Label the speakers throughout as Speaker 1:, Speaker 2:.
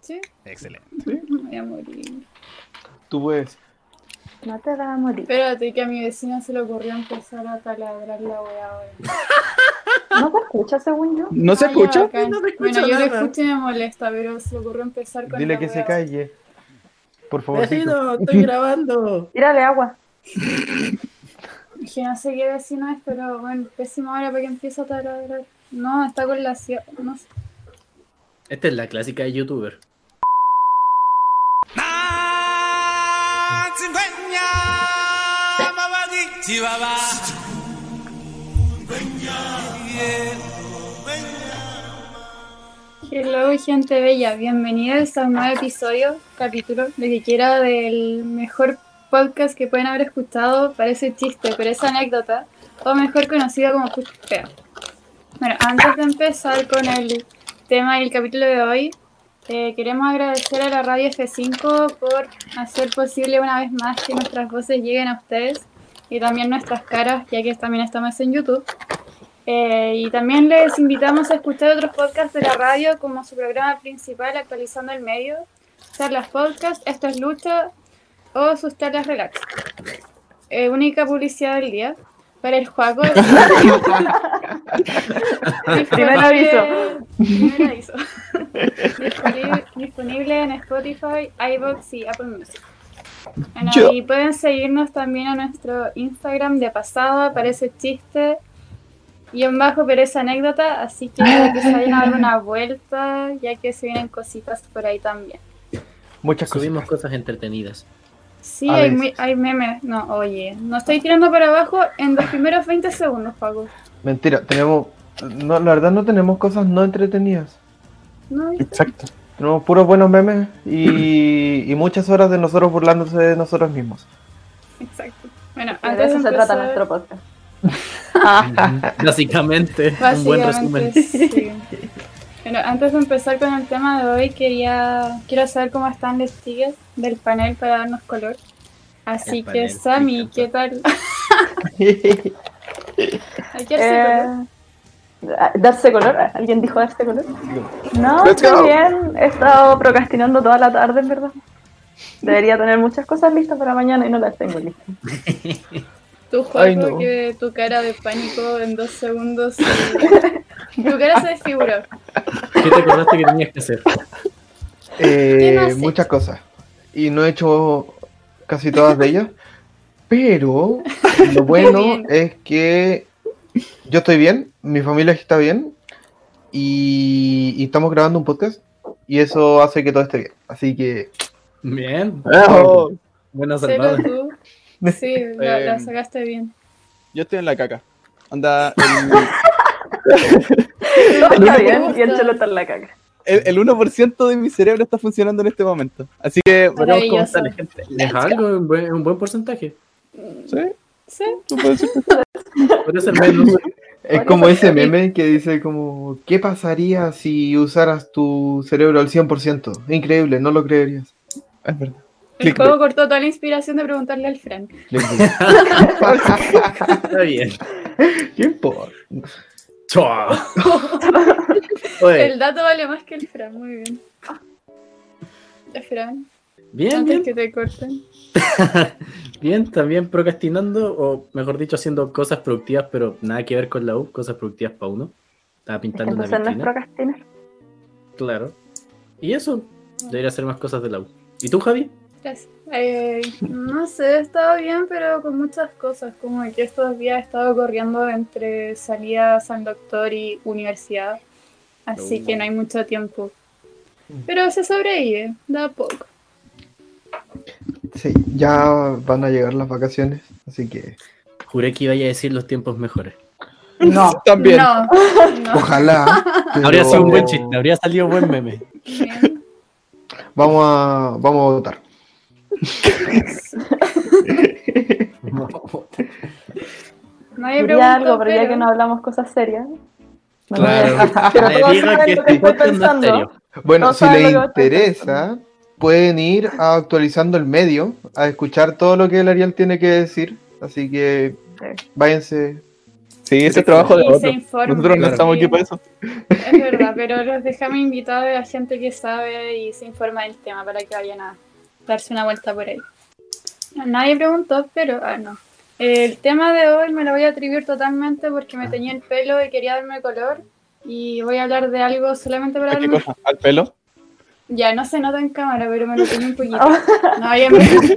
Speaker 1: Sí.
Speaker 2: Excelente.
Speaker 1: Sí. Me voy a morir.
Speaker 3: Tú puedes.
Speaker 4: No te vas a morir.
Speaker 1: Espérate que a mi vecina se le ocurrió empezar a taladrar la weá ahora.
Speaker 4: No te escucha, según yo.
Speaker 3: ¿No se
Speaker 1: Ah, ya,
Speaker 3: escucha?
Speaker 1: bacán.
Speaker 2: No se escucha
Speaker 1: bueno, yo lo
Speaker 2: nada.
Speaker 1: escucho y me molesta, pero se le ocurrió empezar con
Speaker 3: Dile
Speaker 1: la
Speaker 3: que se
Speaker 1: weá.
Speaker 3: calle. Por favor.
Speaker 2: Vecino, estoy grabando.
Speaker 4: Tírale agua.
Speaker 1: Que no sé qué vecino es, pero bueno, pésimo ahora para que empiece a taladrar. No, está con la sierra. No sé.
Speaker 5: Esta es la clásica de youtuber.
Speaker 1: Hello, gente bella. Bienvenidos a un nuevo episodio, capítulo, lo que quiera, del mejor podcast que pueden haber escuchado. Parece chiste, pero es anécdota. O mejor conocida como Cuchipea. Bueno, antes de empezar con el tema y el capítulo de hoy, eh, queremos agradecer a la radio F5 por hacer posible una vez más que nuestras voces lleguen a ustedes y también nuestras caras, ya que también estamos en YouTube. Eh, y también les invitamos a escuchar otros podcasts de la radio, como su programa principal Actualizando el Medio, Charlas Podcast, Esto es Lucha o sus charlas Relax. Eh, única publicidad del día. Para el Juaco.
Speaker 4: Primer aviso.
Speaker 1: Primer aviso. Disponible- disponible en Spotify, iBox y Apple Music. Bueno,
Speaker 3: Yo.
Speaker 1: y pueden seguirnos también a nuestro Instagram de pasado, parece chiste, y en bajo pereza anécdota, así que espero que se vayan a dar una vuelta, ya que se vienen cositas por ahí también.
Speaker 3: Muchas cosas.
Speaker 5: Subimos cosas entretenidas.
Speaker 1: Sí,
Speaker 3: A
Speaker 1: hay,
Speaker 3: veces.
Speaker 1: me- hay memes. No, oye, no estoy tirando para abajo en los primeros 20 segundos, Paco.
Speaker 3: Mentira, tenemos. No, la verdad no tenemos cosas no entretenidas.
Speaker 1: No, ¿viste?
Speaker 3: Exacto. Tenemos puros buenos memes y, y muchas horas de nosotros burlándose de nosotros mismos.
Speaker 1: Exacto. Bueno,
Speaker 4: De
Speaker 1: antes
Speaker 4: eso se trata
Speaker 1: empezar-
Speaker 4: nuestro podcast.
Speaker 5: Básicamente, un buen resumen.
Speaker 1: Ah. Básicamente, sí. Bueno, antes de empezar con el tema de hoy, quería quiero saber cómo están los tigres del panel para darnos color. Así que,
Speaker 5: El panel, me
Speaker 1: Sammy,
Speaker 5: encanta.
Speaker 1: ¿qué tal? Hay que hacer
Speaker 4: Eh,
Speaker 1: color.
Speaker 4: ah, darse color. ¿Alguien dijo darse color? No,
Speaker 3: Let's go.
Speaker 4: estoy bien. He estado procrastinando toda la tarde, en verdad. Debería tener muchas cosas listas para mañana y no las tengo listas.
Speaker 1: Tu juego,
Speaker 3: ay, no.
Speaker 1: que tu cara de pánico en dos segundos. tu cara se desfiguró.
Speaker 5: ¿Qué te acordaste que tenías que hacer?
Speaker 3: Eh,
Speaker 1: ¿Qué más has
Speaker 3: muchas cosas. Y no he hecho casi todas de ellas. Pero lo bueno
Speaker 1: bien.
Speaker 3: es que yo estoy bien, mi familia está bien y, y estamos grabando un podcast y eso hace que todo esté bien. Así que...
Speaker 5: Bien.
Speaker 3: Ah,
Speaker 6: Oh,
Speaker 5: Buena
Speaker 1: Cero
Speaker 5: salvada.
Speaker 1: tú. Sí, la,
Speaker 5: Eh,
Speaker 1: la sacaste bien.
Speaker 6: yo estoy en la caca. Anda, el,
Speaker 4: Todo está
Speaker 1: Me
Speaker 4: bien y el
Speaker 1: gusta.
Speaker 4: chelo está en la caca.
Speaker 6: el- el 1% de mi cerebro está funcionando en este momento. Así
Speaker 5: eh,
Speaker 6: que veremos cómo
Speaker 1: Maravilloso.
Speaker 6: sale, gente.
Speaker 5: Es algo, un buen, un buen porcentaje.
Speaker 6: ¿Sí?
Speaker 1: Sí,
Speaker 6: tú puedes decir.
Speaker 5: Puede ser menos.
Speaker 3: Es
Speaker 4: Por
Speaker 3: como ese
Speaker 4: eso estoy-
Speaker 3: meme que dice como, ¿qué pasaría si usaras tu cerebro al 100%? Increíble, no lo creerías.
Speaker 6: Es verdad.
Speaker 1: el
Speaker 3: Clickbait.
Speaker 1: juego cortó toda la inspiración de preguntarle al Fran.
Speaker 5: Está bien.
Speaker 3: ¿Qué importa?
Speaker 5: Chao. Oye,
Speaker 1: El dato vale más que el Fran, muy bien. Ya, Fran,
Speaker 5: bien,
Speaker 1: antes
Speaker 5: bien,
Speaker 1: que te corten.
Speaker 5: bien, también procrastinando, o mejor dicho, haciendo cosas productivas, pero nada que ver con la U, cosas productivas para uno. Estaba pintando una
Speaker 4: Entonces no es
Speaker 5: vitrina.
Speaker 4: procrastinar.
Speaker 5: Claro. Y eso, debería hacer más cosas de la U. ¿Y tú, Javi?
Speaker 1: Gracias. Eh, no sé, he estado bien, pero con muchas cosas. Como que estos días he estado corriendo entre salidas al doctor y universidad. Así
Speaker 5: Uh.
Speaker 1: que no hay mucho tiempo. Pero se sobrevive, da poco.
Speaker 3: Sí, ya van a llegar las vacaciones, así que...
Speaker 5: Juré que iba a decir los tiempos mejores.
Speaker 4: No.
Speaker 6: También.
Speaker 1: No, no.
Speaker 3: Ojalá.
Speaker 5: Habría
Speaker 3: pero
Speaker 5: sido un buen chiste, habría salido buen meme.
Speaker 1: bien.
Speaker 3: Vamos a, vamos a votar.
Speaker 1: Nadie
Speaker 4: Diría
Speaker 1: preguntó,
Speaker 4: algo, pero ya
Speaker 1: pero-
Speaker 4: que no hablamos cosas serias. no me
Speaker 5: Claro.
Speaker 4: voy a- Pero
Speaker 5: Nadie
Speaker 4: todos
Speaker 5: diga
Speaker 4: saben
Speaker 5: que
Speaker 4: lo que
Speaker 5: este
Speaker 4: estoy
Speaker 5: podcast no es
Speaker 4: pensando.
Speaker 5: serio.
Speaker 3: Bueno,
Speaker 4: No
Speaker 3: si
Speaker 4: sabe
Speaker 3: le
Speaker 4: lo que va a estar
Speaker 3: interesa, pueden ir a actualizando el medio, a escuchar todo lo que el Ariel tiene que decir. Así que
Speaker 4: Sí.
Speaker 3: váyanse
Speaker 6: Sí, ese es trabajo de
Speaker 1: Y se
Speaker 6: otro.
Speaker 1: informa.
Speaker 6: Nosotros no
Speaker 1: Sí,
Speaker 5: Claro.
Speaker 6: estamos aquí para eso.
Speaker 1: Es verdad, pero los dejamos invitados a la gente que sabe y se informa del tema para que vayan a darse una vuelta por ahí. Nadie preguntó, pero ah, no. El tema de hoy me lo voy a atribuir totalmente porque me tenía el pelo y quería darme color. Y voy a hablar de algo solamente para
Speaker 6: ¿A Ah, qué
Speaker 1: darme.
Speaker 6: cosa? ¿Al pelo?
Speaker 1: Ya no se nota en cámara, pero me lo tenía un poquito. No, ya me-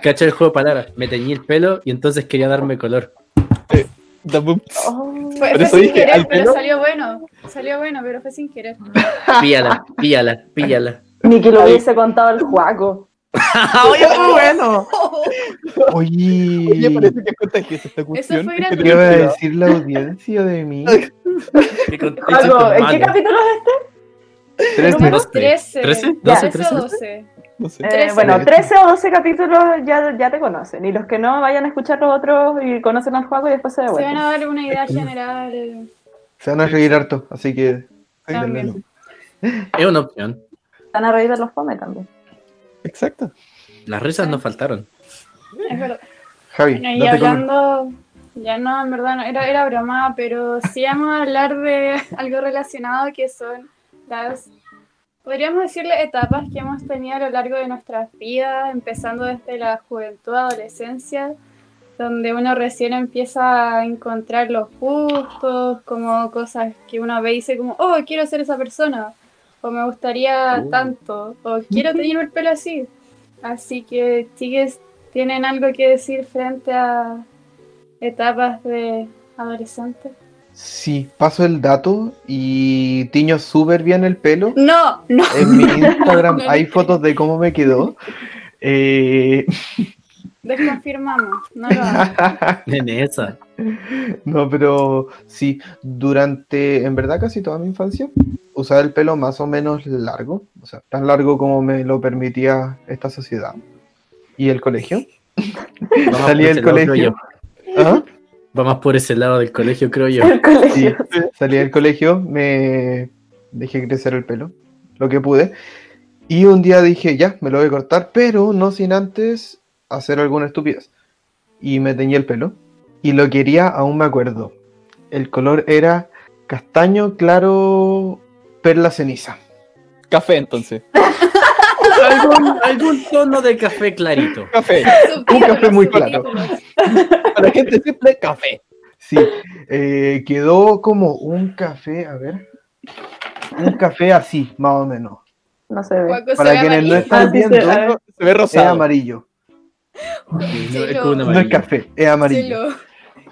Speaker 5: Cacha el juego de palabras. Me teñí el pelo y entonces quería darme color.
Speaker 6: Da bum.
Speaker 4: Oh,
Speaker 1: fue,
Speaker 6: Por
Speaker 1: fue
Speaker 6: eso
Speaker 1: sin
Speaker 6: dije,
Speaker 1: querer,
Speaker 6: ¿al
Speaker 1: pero
Speaker 6: pelo?
Speaker 1: salió bueno. Salió bueno, pero fue sin querer.
Speaker 5: Píllala, píllala, píllala.
Speaker 4: ni que lo hubiese contado el Juaco.
Speaker 2: Oye, muy bueno.
Speaker 3: Oye,
Speaker 6: Oye, parece que es contagiosa esta
Speaker 1: Eso
Speaker 6: cuestión.
Speaker 1: fue
Speaker 3: ¿qué
Speaker 1: grande.
Speaker 3: iba a decir la audiencia de mí?
Speaker 5: ¿Qué con-
Speaker 4: Juaco, ¿en qué
Speaker 5: malo.
Speaker 4: capítulo es
Speaker 3: Tres
Speaker 1: Número
Speaker 5: Doce.
Speaker 1: 13.
Speaker 5: ¿Trece?
Speaker 1: ¿13?
Speaker 5: ¿Doce?
Speaker 1: ¿13?
Speaker 5: ¿Trece?
Speaker 1: 12.
Speaker 6: No sé.
Speaker 4: este? Eh, bueno, 13 o 12 capítulos ya, ya te conocen. Y los que no, vayan a escuchar los otros y conocen al Juaco y después
Speaker 5: Ah,
Speaker 1: Se
Speaker 4: se
Speaker 1: van
Speaker 4: devuelven.
Speaker 1: a dar una idea general.
Speaker 3: Se van a reír harto, así que.
Speaker 1: También.
Speaker 5: Es una opción.
Speaker 4: Están a reír de los fome también.
Speaker 6: Exacto.
Speaker 5: Las risas no faltaron.
Speaker 1: Es verdad.
Speaker 3: Javi,
Speaker 1: Bueno, y
Speaker 3: date color.
Speaker 1: hablando, ya no, en verdad, no, era, era broma, pero sí vamos a hablar de algo relacionado que son las, podríamos decirle, etapas que hemos tenido a lo largo de nuestras vidas, empezando desde la juventud, adolescencia, donde uno recién empieza a encontrar los gustos, como cosas que uno ve y dice como, oh, quiero ser esa persona, o me gustaría
Speaker 5: Uh.
Speaker 1: tanto, o quiero tener el pelo así. Así que, chiques, ¿tienen algo que decir frente a etapas de adolescente?
Speaker 3: Sí, paso el dato y tiño súper bien el pelo.
Speaker 1: No, no.
Speaker 3: En mi Instagram
Speaker 1: No lo
Speaker 3: hay
Speaker 1: creo.
Speaker 3: fotos de cómo me quedó. Eh,
Speaker 1: Desconfirmamos, no lo hagan.
Speaker 5: En esa.
Speaker 3: no, pero sí, durante, en verdad, casi toda mi infancia, usaba el pelo más o menos largo, o sea, tan largo como me lo permitía esta sociedad y el colegio.
Speaker 5: Vamos
Speaker 3: Salí
Speaker 5: por
Speaker 3: del
Speaker 5: ese lado, creo
Speaker 3: colegio.
Speaker 5: yo.
Speaker 3: Ajá.
Speaker 5: Vamos por ese lado del colegio, creo yo.
Speaker 4: El
Speaker 3: Sí,
Speaker 4: colegio.
Speaker 3: salí del colegio, me dejé crecer el pelo, lo que pude. Y un día dije, ya, me lo voy a cortar, pero no sin antes hacer alguna estupidez. Y me teñí el pelo. Y lo quería, aún me acuerdo. El color era castaño, claro, perla ceniza.
Speaker 6: Café, entonces.
Speaker 5: algún, algún tono de café clarito.
Speaker 6: Café.
Speaker 1: Subtítulos,
Speaker 3: café muy claro.
Speaker 1: subtítulos.
Speaker 6: Para gente simple, café.
Speaker 3: Sí, eh, quedó como un café, a ver. Un café así, más o menos.
Speaker 4: No se ve.
Speaker 1: Guaco se
Speaker 3: Para
Speaker 1: ve
Speaker 3: quienes no
Speaker 1: amarillo.
Speaker 3: están
Speaker 4: Ah, sí, se-
Speaker 3: viendo,
Speaker 4: a ver.
Speaker 6: Se ve
Speaker 3: es
Speaker 6: rosado.
Speaker 3: amarillo.
Speaker 5: No,
Speaker 1: Sí,
Speaker 5: es
Speaker 1: lo-
Speaker 5: como un
Speaker 3: No es
Speaker 5: amarillo.
Speaker 3: café, es
Speaker 1: Sí,
Speaker 3: amarillo.
Speaker 1: lo-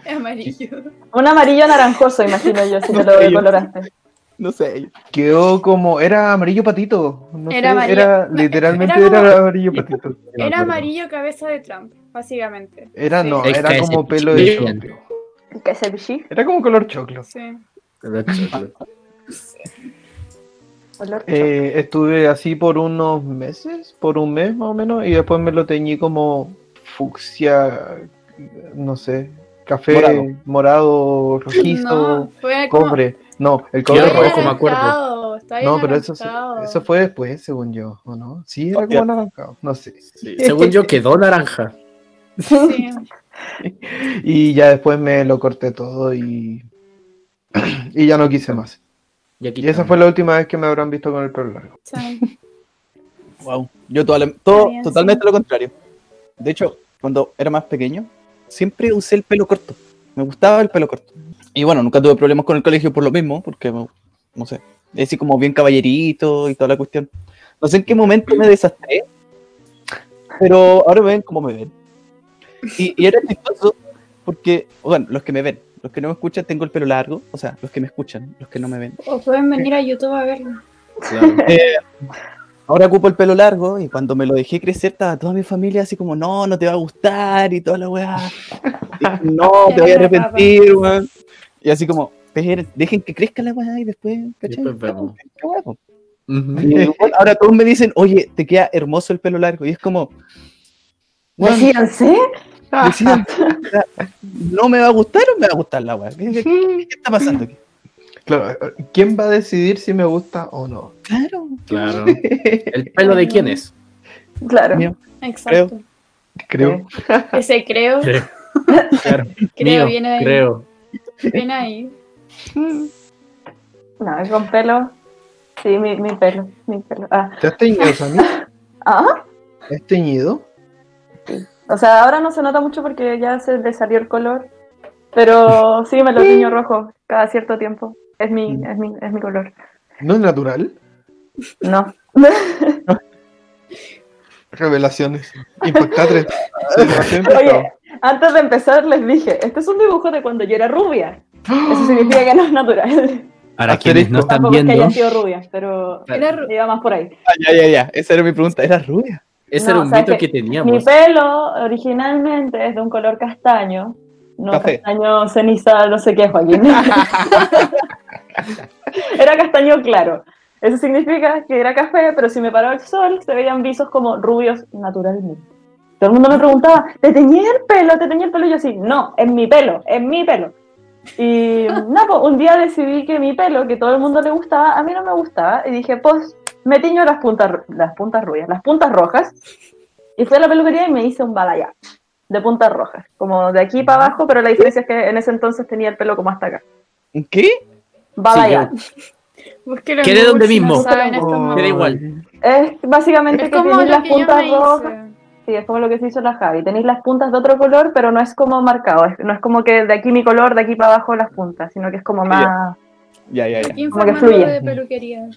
Speaker 1: Es amarillo.
Speaker 4: Un amarillo naranjoso, imagino yo, si te lo decoloraste.
Speaker 6: No sé.
Speaker 3: Quedó como. Era amarillo patito. No
Speaker 1: Era
Speaker 3: sé,
Speaker 1: amarillo.
Speaker 3: era- literalmente
Speaker 1: Era
Speaker 3: era,
Speaker 1: como-
Speaker 3: amarillo patito.
Speaker 5: No me
Speaker 1: Era
Speaker 5: acuerdo.
Speaker 1: amarillo cabeza de Trump, básicamente.
Speaker 3: Era no,
Speaker 5: Es
Speaker 3: era
Speaker 5: que
Speaker 3: como
Speaker 5: ese
Speaker 3: pelo de
Speaker 5: pichín.
Speaker 3: choclo.
Speaker 4: Que se pichí.
Speaker 3: Era como color choclo.
Speaker 1: Sí.
Speaker 4: Olor choco.
Speaker 3: Eh, estuve así por unos meses, por un mes más o menos, y después me lo teñí como fucsia, no sé, café
Speaker 6: Morado.
Speaker 3: morado, rojizo,
Speaker 1: No, fue como-
Speaker 3: cobre. No, el
Speaker 5: Quedó
Speaker 3: color
Speaker 1: Está bien
Speaker 5: rojo, me
Speaker 3: rojo.
Speaker 5: acuerdo.
Speaker 1: anaranjado, está bien
Speaker 3: No, pero eso,
Speaker 1: anaranjado.
Speaker 3: eso fue después, según yo, ¿o no? Sí, era
Speaker 6: Hostia.
Speaker 3: como anaranjado, no sé.
Speaker 5: Según yo quedó naranja.
Speaker 1: Sí.
Speaker 3: Y ya después me lo corté todo y, y ya no quise más.
Speaker 5: Y, aquí
Speaker 3: Y esa
Speaker 5: también.
Speaker 3: fue la última vez que me habrán visto con el pelo largo.
Speaker 1: sí.
Speaker 6: Wow. Yo toda la- todo,
Speaker 1: Está bien,
Speaker 6: totalmente lo contrario. De hecho, cuando era más pequeño, siempre usé el pelo corto. Me gustaba el pelo corto. Y bueno, nunca tuve problemas con el colegio por lo mismo, porque me- no sé. Es así como bien caballerito y toda la cuestión. No sé en qué momento me desastré, pero ahora me ven como me ven. Y, y era chistoso porque, bueno, los que me ven, los que no me escuchan, tengo el pelo largo. O sea, los que me escuchan, los que no me ven.
Speaker 1: O pueden venir a YouTube a verlo.
Speaker 5: Claro.
Speaker 6: Ahora ocupo el pelo largo y cuando me lo dejé crecer estaba toda mi familia así como, no, no te va a gustar y toda la weá. Y, no, te voy a arrepentir, weón. Y así como, "Pero, dejen que crezca la weá y después, ¿cachai?
Speaker 5: Después vemos.
Speaker 6: Qué weá, po".
Speaker 5: Ujú.
Speaker 6: Y, weón, ahora todos me dicen, oye, te queda hermoso el pelo largo. Y es como, weón,
Speaker 4: Decíanse.
Speaker 6: decidan, o sea, no me va a gustar o me va a gustar la weá. ¿Qué, qué- qué está pasando aquí?
Speaker 3: Claro, eh, ¿quién va a decidir si me gusta o no?
Speaker 6: Claro.
Speaker 5: Claro. ¿El pelo de quién es?
Speaker 4: Claro.
Speaker 6: Mío.
Speaker 5: Eh.
Speaker 1: Exacto. Ese creo.
Speaker 5: Creo. Claro.
Speaker 1: Creo,
Speaker 5: Mío,
Speaker 1: viene ahí.
Speaker 5: creo.
Speaker 1: Bien ahí.
Speaker 4: No, es con pelo. Sí, mi, mi pelo, mi pelo. Ah,
Speaker 3: ¿Te has teñido, Sammy?
Speaker 4: ah,
Speaker 3: ¿Has teñido?
Speaker 4: o sea, ahora no se nota mucho porque ya se le salió el color. Pero sí, me lo tiño rojo cada cierto tiempo. Es mi, es mi, es mi color.
Speaker 3: ¿No es natural?
Speaker 4: No.
Speaker 3: Revelaciones. Impactatres.
Speaker 4: Oye, antes de empezar les dije, este es un dibujo de cuando yo era rubia. Eso significa que no es natural.
Speaker 5: Para
Speaker 3: Asterisco.
Speaker 5: quienes no están
Speaker 4: Tampoco es que
Speaker 5: viendo,
Speaker 4: hayan sido rubias, pero
Speaker 1: Era ru-
Speaker 4: iba más por ahí.
Speaker 6: Ah, ya, ya, ya. Esa era mi pregunta. ¿Era rubia?
Speaker 5: ese
Speaker 4: No,
Speaker 5: era un
Speaker 4: ¿sabes
Speaker 5: mito que
Speaker 4: qué? Mi
Speaker 5: teníamos.
Speaker 4: pelo originalmente es de un color castaño. No
Speaker 6: Café.
Speaker 4: castaño ceniza, no sé qué, Joaquín. era castaño claro. Eso significa que era café, pero si me paraba el sol se veían visos como rubios naturalmente. Todo el mundo me preguntaba, ¿te teñí el pelo? ¿Te teñí el pelo? Y yo así, no, es mi pelo, es mi pelo. Y nada, pues, un día decidí que mi pelo, que todo el mundo le gustaba, a mí no me gustaba. Y dije, pues me tiño las puntas, ru- las puntas rubias, las puntas rojas. Y fui a la peluquería y me hice un balayage de puntas rojas, como de aquí para abajo, pero la diferencia es que en ese entonces tenía el pelo como hasta acá.
Speaker 6: ¿Un ¿Qué?
Speaker 4: Balayage.
Speaker 1: Búsquelo en
Speaker 5: ¿Quiere
Speaker 1: Google
Speaker 5: dónde
Speaker 1: si
Speaker 5: mismo?
Speaker 1: No saben estos
Speaker 3: Oh.
Speaker 5: Queda
Speaker 1: nombres.
Speaker 5: igual.
Speaker 4: Es básicamente
Speaker 1: Es
Speaker 4: que
Speaker 1: como
Speaker 4: tenéis
Speaker 1: lo
Speaker 4: las
Speaker 1: que yo
Speaker 4: puntas
Speaker 1: me
Speaker 4: rojas.
Speaker 1: hice.
Speaker 4: Sí, es como lo que se hizo la Javi. Tenéis las puntas de otro color, pero no es como marcado. es- No es como que de aquí mi color, de aquí para abajo las puntas, sino que es como más.
Speaker 6: Ya, ya, ya.
Speaker 1: Aquí
Speaker 4: Como que
Speaker 1: informando
Speaker 4: fluye.
Speaker 1: de peluquería.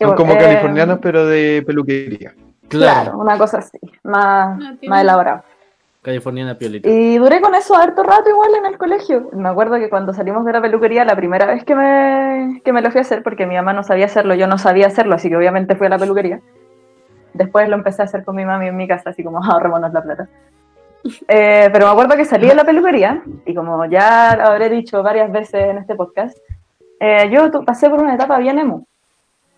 Speaker 3: Son como
Speaker 4: eh,
Speaker 3: californianos, pero de peluquería.
Speaker 5: Claro.
Speaker 4: Claro, una cosa así, más,
Speaker 1: No tiene-
Speaker 4: más elaborada.
Speaker 5: Californiana Piolita.
Speaker 4: Y duré con eso harto rato igual en el colegio. Me acuerdo que cuando salimos de la peluquería, la primera vez que me, que me lo fui a hacer, porque mi mamá no sabía hacerlo, yo no sabía hacerlo, así que obviamente fui a la peluquería. Después lo empecé a hacer con mi mami en mi casa, así como ahorrémonos la plata. Eh, pero me acuerdo que salí de la peluquería, y como ya lo habré dicho varias veces en este podcast, eh, yo tu- pasé por una etapa bien emo.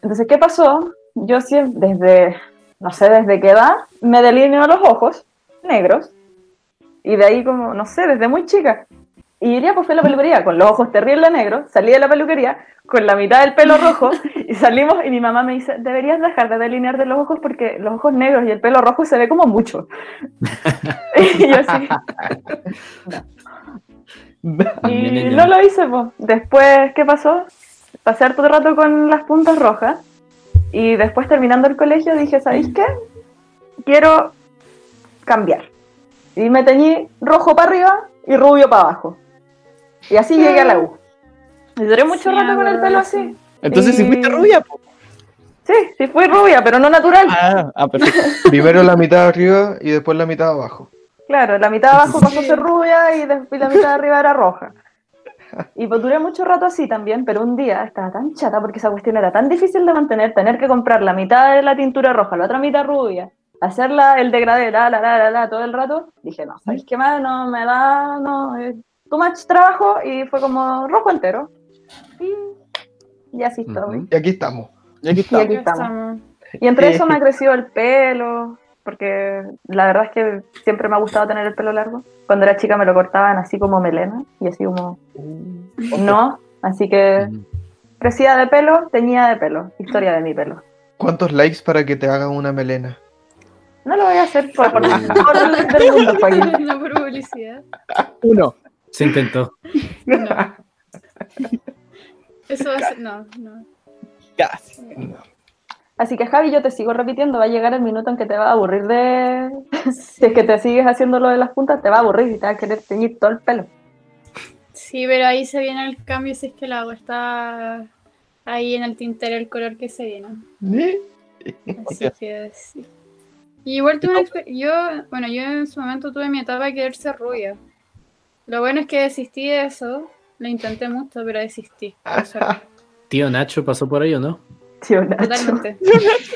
Speaker 4: Entonces, ¿qué pasó? Yo siempre, desde, no sé desde qué edad, me delineo los ojos negros, y de ahí como, no sé, desde muy chica. Y iría pues fui a la peluquería con los ojos terribles negros, salí de la peluquería con la mitad del pelo rojo y salimos y mi mamá me dice, deberías dejar de delinearte los ojos porque los ojos negros y el pelo rojo se ve como mucho. y yo así,
Speaker 5: También
Speaker 4: y
Speaker 5: ella.
Speaker 4: no lo hice, pues. Después, ¿qué pasó? Pasé harto rato con las puntas rojas. Y después, terminando el colegio, dije, ¿sabéis qué? Quiero cambiar. Y me teñí rojo para arriba y rubio para abajo. Y así llegué a la U. Y duré
Speaker 1: Sí,
Speaker 4: mucho rato con el
Speaker 1: ahora
Speaker 4: pelo
Speaker 1: sí.
Speaker 4: así.
Speaker 6: Entonces, si
Speaker 4: Y-
Speaker 6: fuiste rubia, po.
Speaker 4: Sí, sí fui rubia, pero no natural.
Speaker 6: Ah, ah, perfecto.
Speaker 3: Primero la mitad arriba y después la mitad abajo.
Speaker 4: Claro, la mitad de abajo pasó a
Speaker 1: Sí.
Speaker 4: ser rubia y, de- y la mitad de arriba era roja. Y pues duré mucho rato así también, pero un día estaba tan chata porque esa cuestión era tan difícil de mantener, tener que comprar la mitad de la tintura roja, la otra mitad rubia, hacerla el degradé, la, la, la, la, la, todo el rato. Dije, no, ¿sabéis qué más? No me da, no, es too much trabajo y fue como rojo entero. Y, y así estoy.
Speaker 5: Ujú.
Speaker 3: Y aquí estamos.
Speaker 6: Y aquí
Speaker 4: Y
Speaker 6: está.
Speaker 4: aquí estamos. Y entre eso me ha crecido el pelo, porque la verdad es que siempre me ha gustado tener el pelo largo. Cuando era chica me lo cortaban así como melena y así como no, así que
Speaker 5: Ujú.
Speaker 4: crecía de pelo, tenía de pelo, historia de mi pelo.
Speaker 3: ¿Cuántos likes para que te hagan una melena?
Speaker 4: No lo voy a hacer por, por, por el del mundo, pues. Joaquín.
Speaker 1: No por publicidad.
Speaker 6: Uno.
Speaker 5: Se intentó.
Speaker 1: No. Eso va a ser. No, no.
Speaker 6: Casi.
Speaker 4: Así que Javi, yo te sigo repitiendo, va a llegar el minuto en que te va a aburrir de... Si es que te sigues haciendo lo de las puntas, te va a aburrir y te va a querer teñir todo el pelo.
Speaker 1: Sí, pero ahí se viene el cambio si es que el agua está ahí en el tintero el color que se viene.
Speaker 3: ¿Eh?
Speaker 1: Así que sí. Y igual tuve una exper- yo, bueno, yo en su momento tuve mi etapa de querer ser rubia. Lo bueno es que desistí de eso, lo intenté mucho, pero desistí. por suerte.
Speaker 5: Tío Nacho pasó por ahí o no?
Speaker 4: Tío Nacho.
Speaker 1: Totalmente.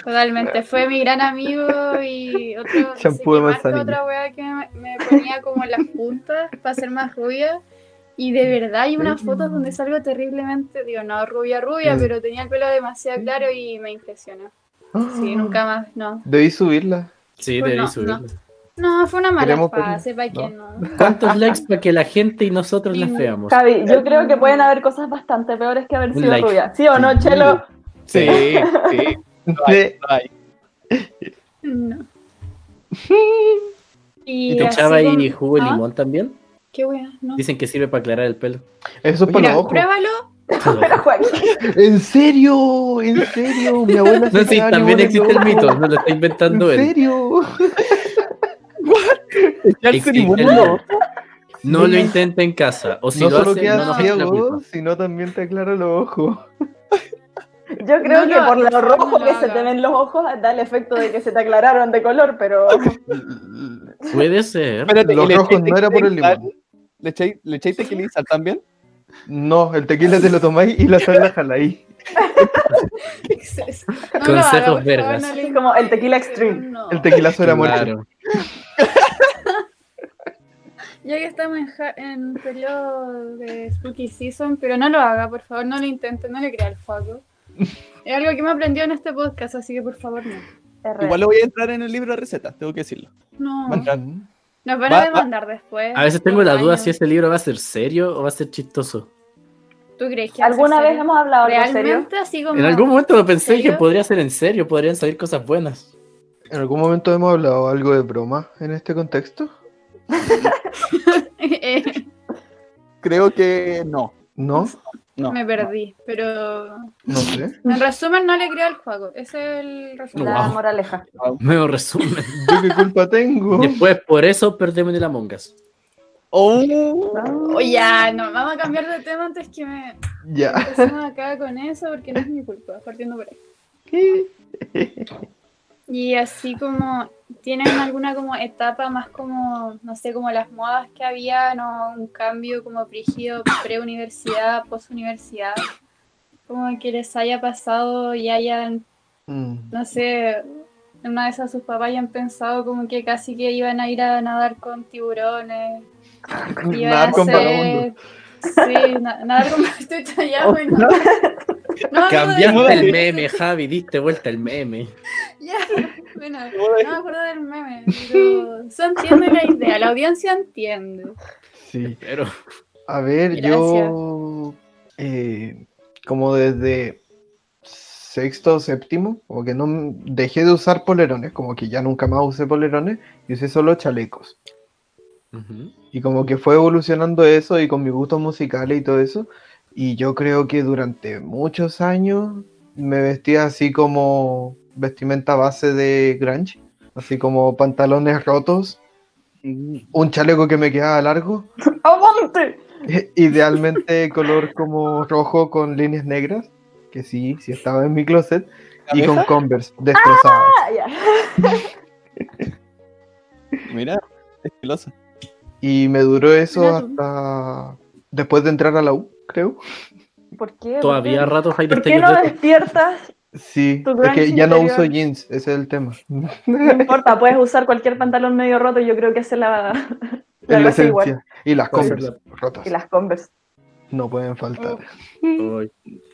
Speaker 1: Totalmente. Fue mi gran amigo y otro no sé
Speaker 3: Champú
Speaker 1: qué
Speaker 3: de
Speaker 1: marca,
Speaker 3: manzanilla.
Speaker 1: otra wea que me, me ponía como en las puntas para ser más rubia. Y de verdad hay unas fotos
Speaker 5: Mm.
Speaker 1: donde salgo terriblemente, digo, no rubia, rubia,
Speaker 3: Mm.
Speaker 1: pero tenía el pelo demasiado claro y me impresionó.
Speaker 5: Mm.
Speaker 1: Sí, nunca más, no.
Speaker 3: Debí subirla.
Speaker 5: Sí,
Speaker 1: Pues
Speaker 5: debí
Speaker 1: no,
Speaker 5: subirlo.
Speaker 1: No, fue una mala
Speaker 3: Queremos
Speaker 1: fase, para quien no.
Speaker 5: ¿Cuántos likes para que la gente y nosotros las
Speaker 1: Ningún.
Speaker 5: veamos?
Speaker 4: Javi, yo creo que pueden haber cosas bastante peores que haber
Speaker 5: Un
Speaker 4: sido
Speaker 5: like.
Speaker 4: rubia. ¿Sí o no, Chelo?
Speaker 6: Sí, sí.
Speaker 3: Eh,
Speaker 6: Ay,
Speaker 1: No. Y,
Speaker 5: ¿Y te
Speaker 1: así
Speaker 5: echaba
Speaker 1: con-
Speaker 5: y jugo de
Speaker 1: ¿Ah?
Speaker 5: limón también?
Speaker 1: Qué buena, ¿no?
Speaker 5: Dicen que sirve para aclarar el pelo.
Speaker 3: Eso es para
Speaker 1: Mira,
Speaker 3: los ojos.
Speaker 1: pruébalo.
Speaker 4: Pero Joaquín,
Speaker 3: ¿En serio? ¿En serio? Mi abuela
Speaker 5: No,
Speaker 3: se
Speaker 5: sí,
Speaker 3: pegaba
Speaker 5: también
Speaker 3: limones en
Speaker 5: existe
Speaker 3: los
Speaker 5: el mito,
Speaker 3: ojos.
Speaker 5: no lo está inventando
Speaker 3: ¿En
Speaker 5: él.
Speaker 3: serio?
Speaker 6: Echarse
Speaker 5: Existe
Speaker 6: limón
Speaker 5: el
Speaker 6: en los
Speaker 5: mito. No lo intenta en casa, o si
Speaker 3: no
Speaker 5: lo
Speaker 3: solo
Speaker 5: hace, no
Speaker 3: quedas
Speaker 5: nos echa la
Speaker 3: ciego,
Speaker 5: culpa.
Speaker 3: sino también te aclara los ojos.
Speaker 4: yo creo
Speaker 1: No
Speaker 4: que
Speaker 1: lo
Speaker 4: por lo
Speaker 1: hagas,
Speaker 4: rojo
Speaker 1: no lo
Speaker 4: que se te
Speaker 1: hagas.
Speaker 4: ven los ojos da el efecto de que se te aclararon de color, pero
Speaker 5: Puede ser.
Speaker 6: Espérate,
Speaker 3: Los
Speaker 6: ¿y le
Speaker 3: rojos
Speaker 6: echáis
Speaker 3: no era por el
Speaker 6: tequila?
Speaker 3: limón.
Speaker 6: ¿Le echáis le echáis tequila y sal también?
Speaker 3: No, el tequila te lo tomáis y la sal la jaláis.
Speaker 1: No lo haga,
Speaker 5: Consejos
Speaker 1: por favor,
Speaker 5: vergas.
Speaker 1: no lo
Speaker 4: es como el tequila extreme.
Speaker 1: No.
Speaker 3: El tequilazo era muerto.
Speaker 5: Claro.
Speaker 1: Ya que estamos en, ja- en periodo de Spooky Season, pero no lo haga, por favor, no lo intente, no le crea al fuego. Es algo que me aprendió en este podcast, así que por favor no.
Speaker 4: Es real.
Speaker 6: Igual lo voy a entrar en el libro de recetas, tengo que decirlo.
Speaker 1: No,
Speaker 6: Bueno.
Speaker 1: nos van
Speaker 6: Va-
Speaker 1: a
Speaker 6: va-
Speaker 1: demandar después.
Speaker 5: A veces tengo
Speaker 1: Por
Speaker 5: la duda
Speaker 1: años.
Speaker 5: si este libro va a ser serio o va a ser chistoso.
Speaker 1: ¿Tú crees que va a ser
Speaker 4: ¿Alguna vez
Speaker 1: serio?
Speaker 4: hemos hablado algo serio?
Speaker 1: realmente así como
Speaker 5: En algún momento lo pensé
Speaker 1: ¿En
Speaker 5: que
Speaker 1: serio?
Speaker 5: podría ser en serio, podrían salir cosas buenas.
Speaker 3: ¿En algún momento hemos hablado algo de broma en este contexto?
Speaker 1: Eh,
Speaker 6: Creo que no.
Speaker 3: No,
Speaker 6: No.
Speaker 1: me perdí, pero
Speaker 3: no sé.
Speaker 1: en resumen no le creo al juego, ese es el resumen.
Speaker 4: La
Speaker 5: Wow.
Speaker 4: moraleja.
Speaker 5: Me lo resumen.
Speaker 3: ¿Yo qué culpa tengo?
Speaker 5: Después, por eso perdemos el Among Us.
Speaker 6: Oh,
Speaker 1: Oye, ya, no, vamos a cambiar de tema antes que me
Speaker 3: Ya.
Speaker 1: empecemos acá con eso porque no es mi culpa, partiendo por ahí. Y así como, ¿tienen alguna como etapa más como, no sé, como las modas que había, no un cambio como frígido pre-universidad, post-universidad? Como que les haya pasado y hayan,
Speaker 3: Mm.
Speaker 1: no sé, en una de esas sus papás hayan pensado como que casi que iban a ir a nadar con tiburones, iban
Speaker 3: Nadar
Speaker 1: a
Speaker 3: con vagabundo.
Speaker 1: hacer... Sí, na- nadar con prostitutas ya, bueno.
Speaker 4: Oh,
Speaker 1: No, me acuerdo de-
Speaker 5: Cambiaste el meme, Javi, diste vuelta el meme.
Speaker 1: Ya, bueno, no me acuerdo del meme, pero se entiende la idea, la audiencia entiende.
Speaker 3: Sí.
Speaker 5: Pero
Speaker 3: A ver,
Speaker 1: Gracias.
Speaker 3: yo eh, como desde sexto o séptimo, como que no m- dejé de usar polerones, como que ya nunca más usé polerones y usé solo chalecos. Y como que fue evolucionando eso y con mis gustos musicales y todo eso. Y yo creo que durante muchos años me vestía así como vestimenta a base de grunge, así como pantalones rotos, un chaleco que me quedaba largo.
Speaker 4: ¡Aguante!
Speaker 3: Idealmente color como rojo con líneas negras, que sí, sí estaba en mi closet, y con Converse destrozadas.
Speaker 4: Ah, ya.
Speaker 6: Mira, estilosa.
Speaker 3: Y me duró eso
Speaker 1: Mira tú.
Speaker 3: hasta después de entrar a la U, creo.
Speaker 4: ¿Por qué?
Speaker 5: todavía a
Speaker 4: ¿Por
Speaker 5: ratos hay
Speaker 4: qué, ¿Por qué no despiertas?
Speaker 3: Sí,
Speaker 4: Tu
Speaker 3: es que
Speaker 4: grunge
Speaker 3: ya no
Speaker 4: interior.
Speaker 3: uso jeans, ese es el tema.
Speaker 4: No importa, puedes usar cualquier pantalón medio roto. Yo creo que hace la, la
Speaker 3: en la
Speaker 4: raza
Speaker 3: esencia.
Speaker 4: igual.
Speaker 3: Y las
Speaker 5: Puede
Speaker 3: Converse
Speaker 5: ser
Speaker 3: rotas.
Speaker 4: Y las Converse.
Speaker 3: No pueden faltar.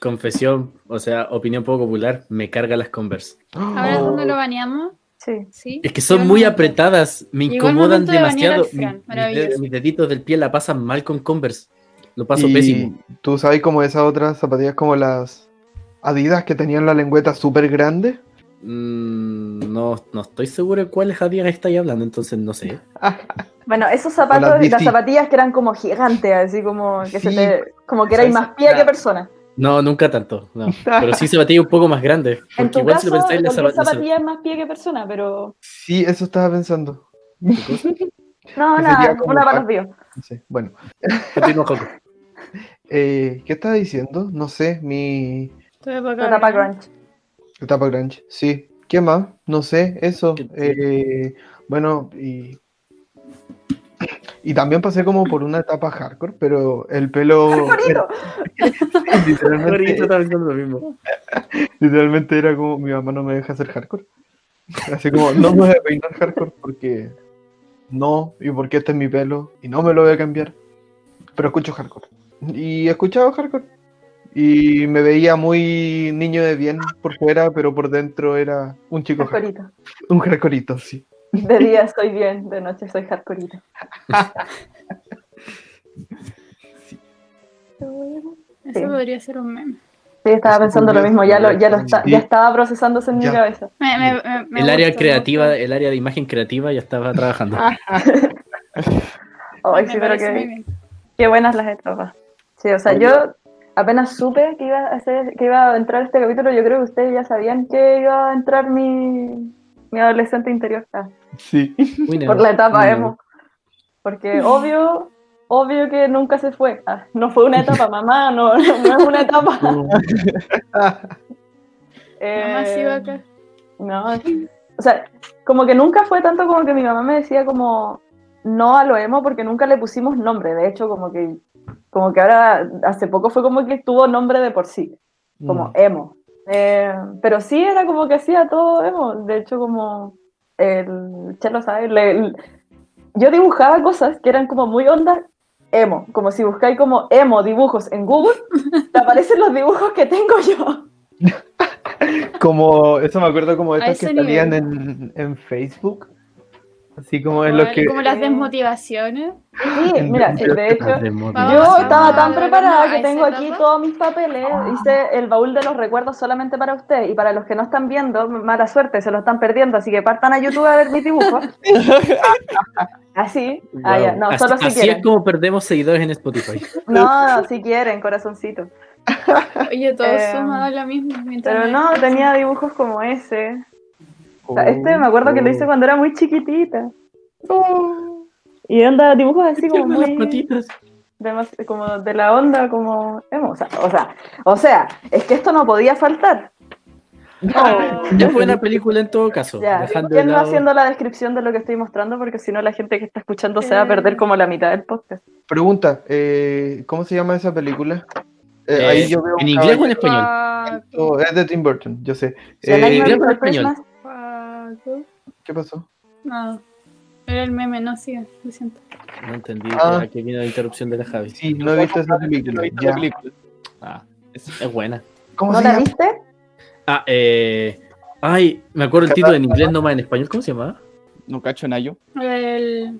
Speaker 5: Confesión, o sea, opinión poco popular, me carga las Converse.
Speaker 1: Ahora es
Speaker 3: Oh,
Speaker 1: donde lo baneamos,
Speaker 4: Sí.
Speaker 1: ¿sí?
Speaker 5: Es que son muy apretadas, me
Speaker 1: Llegó el
Speaker 5: incomodan
Speaker 1: momento de bañar
Speaker 5: demasiado.
Speaker 1: al Fran,
Speaker 5: Mis- mis,
Speaker 1: maravilloso.
Speaker 5: ded- mis deditos del pie la pasan mal con Converse. Lo paso
Speaker 3: y
Speaker 5: pésimo.
Speaker 3: Tú sabes como esas otras zapatillas como las Adidas que tenían la lengüeta súper grande.
Speaker 5: Mm, no, no estoy seguro de cuál Javier está ahí hablando, entonces no sé.
Speaker 4: Bueno, esos
Speaker 3: O
Speaker 4: zapatos,
Speaker 3: las
Speaker 4: las,
Speaker 3: DC.
Speaker 4: zapatillas que eran como gigantes, así como que se
Speaker 3: Sí.
Speaker 4: te, como que erais
Speaker 5: Esas-
Speaker 4: más pie que
Speaker 5: la-
Speaker 4: persona.
Speaker 5: No, nunca tanto. no. Pero sí se batía un poco más grande.
Speaker 4: En
Speaker 5: Porque
Speaker 4: tu
Speaker 5: igual
Speaker 4: caso,
Speaker 5: si lo pensáis, las
Speaker 4: cualquier
Speaker 5: zapa- las zap-
Speaker 4: zapatilla es más pie que persona, pero
Speaker 3: Sí, eso estaba pensando.
Speaker 4: no,
Speaker 3: Que
Speaker 4: nada,
Speaker 3: sería como
Speaker 4: una para
Speaker 3: par-
Speaker 4: los vivos.
Speaker 3: Sí, bueno.
Speaker 5: Continúa, Joco.
Speaker 3: Eh, ¿Qué estaba diciendo? No sé, mi
Speaker 1: Tu época,
Speaker 4: La tapa
Speaker 1: ¿verdad?
Speaker 4: crunch.
Speaker 3: etapa grunge. Sí. ¿Qué más? No sé, eso.
Speaker 5: ¿Qué-
Speaker 3: Eh, bueno, y... Y también pasé como por una etapa hardcore, pero el pelo...
Speaker 4: Corito.
Speaker 3: literalmente,
Speaker 5: Ahorita estaba pensando lo mismo.
Speaker 3: Literalmente era como mi mamá no me deja hacer hardcore. Así como, no me voy a peinar hardcore porque no, y porque este es mi pelo, y no me lo voy a cambiar. Pero escucho hardcore. Y escuchaba hardcore. Y me veía muy niño de bien por fuera, pero por dentro era un chico hardcore.
Speaker 4: Corito.
Speaker 3: Un hardcoreito, sí.
Speaker 4: De día estoy bien, de noche soy hardcoreito.
Speaker 1: Eso podría ser un meme.
Speaker 4: Sí, estaba pensando lo mismo, ya lo, ya lo está-
Speaker 3: Sí.
Speaker 4: ya estaba procesándose en
Speaker 3: Ya.
Speaker 4: mi cabeza.
Speaker 1: Me- me- me- me
Speaker 5: El área
Speaker 1: gusta,
Speaker 5: creativa,
Speaker 1: me
Speaker 5: el área de imagen creativa ya estaba trabajando.
Speaker 4: Ah,
Speaker 1: gusta.
Speaker 4: Ay, sí,
Speaker 1: Me
Speaker 4: pero
Speaker 1: parece muy
Speaker 4: qué,
Speaker 1: bien.
Speaker 4: qué buenas las etapas. Sí, o sea, yo apenas supe que iba a hacer, que iba a entrar este capítulo, yo creo que ustedes ya sabían que iba a entrar mi, mi adolescente interior. Ah,
Speaker 6: Sí.
Speaker 5: Winner,
Speaker 4: por la etapa
Speaker 5: winner.
Speaker 4: emo. Porque obvio, obvio que nunca se fue. Ah, no fue una etapa, mamá, no, no es una etapa.
Speaker 1: Mamá, sí,
Speaker 4: Eh,
Speaker 1: va acá.
Speaker 4: No, o sea, como que nunca fue tanto como que mi mamá me decía como no a lo emo porque nunca le pusimos nombre, de hecho como que como que ahora hace poco fue como que tuvo nombre de por sí,
Speaker 3: Mm.
Speaker 4: como emo. Eh, pero sí era como que hacía todo emo, de hecho como el Chelo sabe, le- le- yo dibujaba cosas que eran como muy ondas emo, como si buscáis como emo dibujos en Google, te aparecen los dibujos que tengo yo.
Speaker 3: Como, eso me acuerdo como de
Speaker 1: A
Speaker 3: estos que
Speaker 1: ese
Speaker 3: salían en, en Facebook. Así como en los que.
Speaker 1: Como
Speaker 4: eh,
Speaker 1: las desmotivaciones.
Speaker 4: Sí, mira, de hecho
Speaker 5: Las demos,
Speaker 1: Vamos
Speaker 4: Yo
Speaker 1: a hacer
Speaker 4: estaba
Speaker 1: una
Speaker 4: tan
Speaker 1: breve
Speaker 4: preparada
Speaker 1: ronda
Speaker 4: que
Speaker 1: a
Speaker 4: tengo
Speaker 1: esa
Speaker 4: aquí
Speaker 1: etapa.
Speaker 4: todos mis papeles.
Speaker 5: Ah.
Speaker 4: Hice el baúl de los recuerdos solamente para usted. Y para los que no están viendo, mala suerte, se lo están perdiendo. Así que partan a YouTube a ver mis dibujos. Así. Ah, ya. No,
Speaker 5: Wow.
Speaker 4: solo
Speaker 5: así,
Speaker 4: si
Speaker 5: así es
Speaker 4: quieren.
Speaker 5: como perdemos seguidores en Spotify.
Speaker 4: No, si quieren, corazoncito.
Speaker 1: Oye, todos
Speaker 4: Eh,
Speaker 1: somos a la misma. mientras
Speaker 4: Pero no, tenía dibujos como ese. O sea,
Speaker 3: Oh,
Speaker 4: Este me acuerdo que lo hice
Speaker 3: oh.
Speaker 4: cuando era muy chiquitita. Y onda, dibujos así como
Speaker 5: Pierden Oh. las
Speaker 4: muy...
Speaker 5: patitas.
Speaker 4: de más- como de la onda como emo, o sea, o sea, o sea, es que esto no podía faltar. Ah,
Speaker 5: Ya fue una película en todo caso.
Speaker 4: Ya,
Speaker 5: dejando de
Speaker 4: ¿quién no
Speaker 5: lado-
Speaker 4: haciendo la descripción de lo que estoy mostrando? Porque si no la gente que está escuchando se va a perder como la mitad del podcast.
Speaker 3: Pregunta, eh, ¿cómo se llama esa película? Eh,
Speaker 5: Eh,
Speaker 3: ahí yo veo un
Speaker 5: ¿En inglés o en
Speaker 1: Paco,
Speaker 5: español?
Speaker 3: caballito- es de Tim Burton, yo sé.
Speaker 4: Si el
Speaker 3: Eh,
Speaker 4: Nightmare
Speaker 5: inglés o en
Speaker 4: Before
Speaker 5: español?
Speaker 4: Christmas,
Speaker 1: Paco.
Speaker 3: ¿Qué pasó?
Speaker 1: No. Era el meme, no sigue, lo siento.
Speaker 5: No entendí.
Speaker 3: Ah.
Speaker 5: Aquí vino la interrupción de la Javi.
Speaker 3: Sí, no he visto esa película.
Speaker 6: No he visto
Speaker 3: ya.
Speaker 6: la película.
Speaker 5: Ah, es, es buena.
Speaker 3: ¿Cómo
Speaker 4: ¿No
Speaker 3: se
Speaker 4: la
Speaker 3: llama?
Speaker 4: viste?
Speaker 5: Ah, eh. Ay, me acuerdo el título en inglés, nomás en español. ¿Cómo se llamaba?
Speaker 6: No cacho en ello.
Speaker 1: El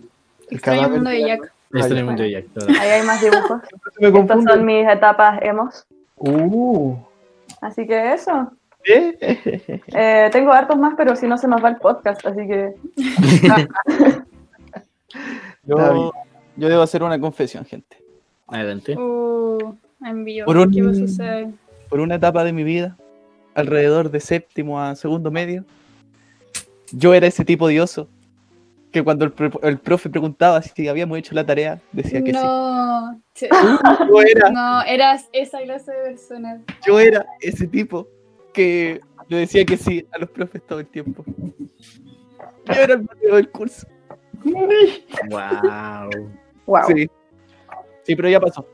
Speaker 1: extraño
Speaker 3: cadáver
Speaker 1: mundo de
Speaker 3: de
Speaker 1: Jack.
Speaker 5: La
Speaker 3: Ay,
Speaker 5: historia del
Speaker 4: bueno.
Speaker 5: mundo de Jack. todo.
Speaker 4: Ahí hay más dibujos.
Speaker 3: Se me
Speaker 4: Estas
Speaker 3: confunde.
Speaker 4: son mis etapas emos.
Speaker 3: Uh,
Speaker 4: Así que eso.
Speaker 6: Eh,
Speaker 4: Eh, tengo hartos más, pero si no se nos va el podcast, así que
Speaker 3: Está
Speaker 6: Yo,
Speaker 3: bien.
Speaker 6: yo debo hacer una confesión, gente.
Speaker 5: Adelante.
Speaker 1: Uh, envío.
Speaker 6: Por un-
Speaker 1: ¿Qué va a suceder?
Speaker 6: Por una etapa de mi vida, alrededor de séptimo a segundo medio, yo era ese tipo de oso que cuando el, pro- el profe preguntaba si habíamos hecho la tarea, decía que
Speaker 1: No. che,
Speaker 6: sí. Yo era,
Speaker 1: No, eras esa clase de personas.
Speaker 6: yo era ese tipo que le decía que sí a los profes todo el tiempo. Yo era el malo del curso.
Speaker 5: Wow.
Speaker 4: wow. Sí.
Speaker 6: Sí. Sí, pero ya pasó.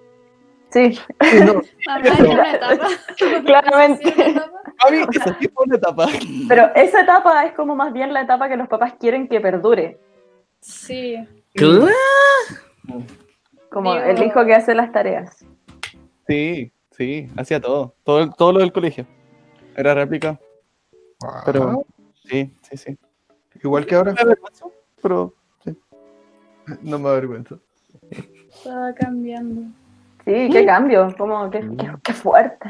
Speaker 1: Mamá, Ah, era una etapa.
Speaker 4: Claramente.
Speaker 1: Sí, era una etapa.
Speaker 6: A mí, eso sí fue una etapa.
Speaker 4: pero esa etapa es como más bien la etapa que los papás quieren que perdure.
Speaker 1: Sí.
Speaker 5: Claro.
Speaker 4: Como
Speaker 1: Digo-
Speaker 4: el hijo que hace las tareas.
Speaker 6: Sí, sí, hacía todo. Todo, todo lo del colegio. Era réplica, pero sí, sí, sí.
Speaker 3: Igual que ahora,
Speaker 6: Pero
Speaker 3: no me avergüenzo.
Speaker 1: Estaba cambiando.
Speaker 4: Sí, qué cambio, como que,
Speaker 5: Mm.
Speaker 4: qué, qué fuerte.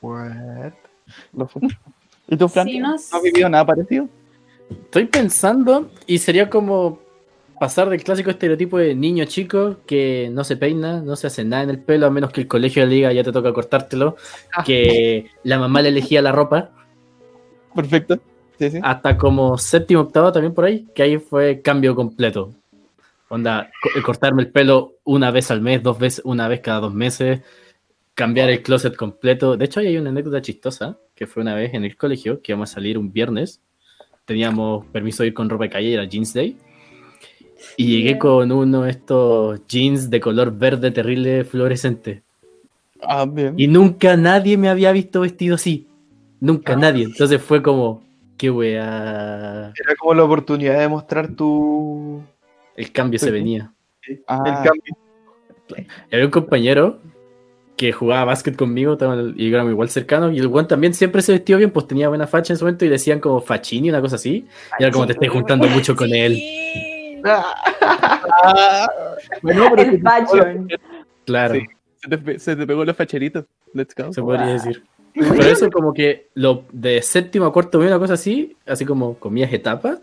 Speaker 3: What?
Speaker 6: lo fue. ¿Y tú, Fran?
Speaker 1: Sí,
Speaker 6: no,
Speaker 1: no sé.
Speaker 6: has vivido nada parecido?
Speaker 5: Estoy pensando y sería como pasar del clásico estereotipo de niño chico que no se peina, no se hace nada en el pelo, a menos que el colegio le diga ya te toca cortártelo, que la mamá le elegía la ropa,
Speaker 6: Perfecto. Sí, sí.
Speaker 5: hasta como séptimo, octavo también por ahí, que ahí fue cambio completo. Onda, co- el cortarme el pelo una vez al mes, dos veces, una vez cada dos meses, cambiar el closet completo. De hecho, ahí hay una anécdota chistosa, que fue una vez en el colegio, que íbamos a salir un viernes, teníamos permiso de ir con ropa de calle, era Jeans Day, y llegué
Speaker 1: Ya.
Speaker 5: con uno de estos jeans de color verde terrible fluorescente.
Speaker 6: Ah, bien.
Speaker 5: Y nunca nadie me había visto vestido así. Nunca nadie. Entonces fue como, qué wea.
Speaker 3: Era como la oportunidad de mostrar tu.
Speaker 5: El cambio se venía.
Speaker 6: Ah,
Speaker 3: El cambio.
Speaker 5: Y había un compañero que jugaba básquet conmigo estaba en el- y éramos igual cercanos. Y el weón también siempre se vestió bien, pues tenía buena facha en su momento y le decían como fachini, una cosa así. Y era como te estoy juntando mucho con él.
Speaker 1: Sí.
Speaker 6: ah, bueno, pero
Speaker 4: El fashion.
Speaker 5: Claro.
Speaker 6: se, te, pe- se te pegó los facheritos. Let's go.
Speaker 5: se podría decir. Pero eso como que lo de séptimo a cuarto medio, una cosa así, así como comillas etapa,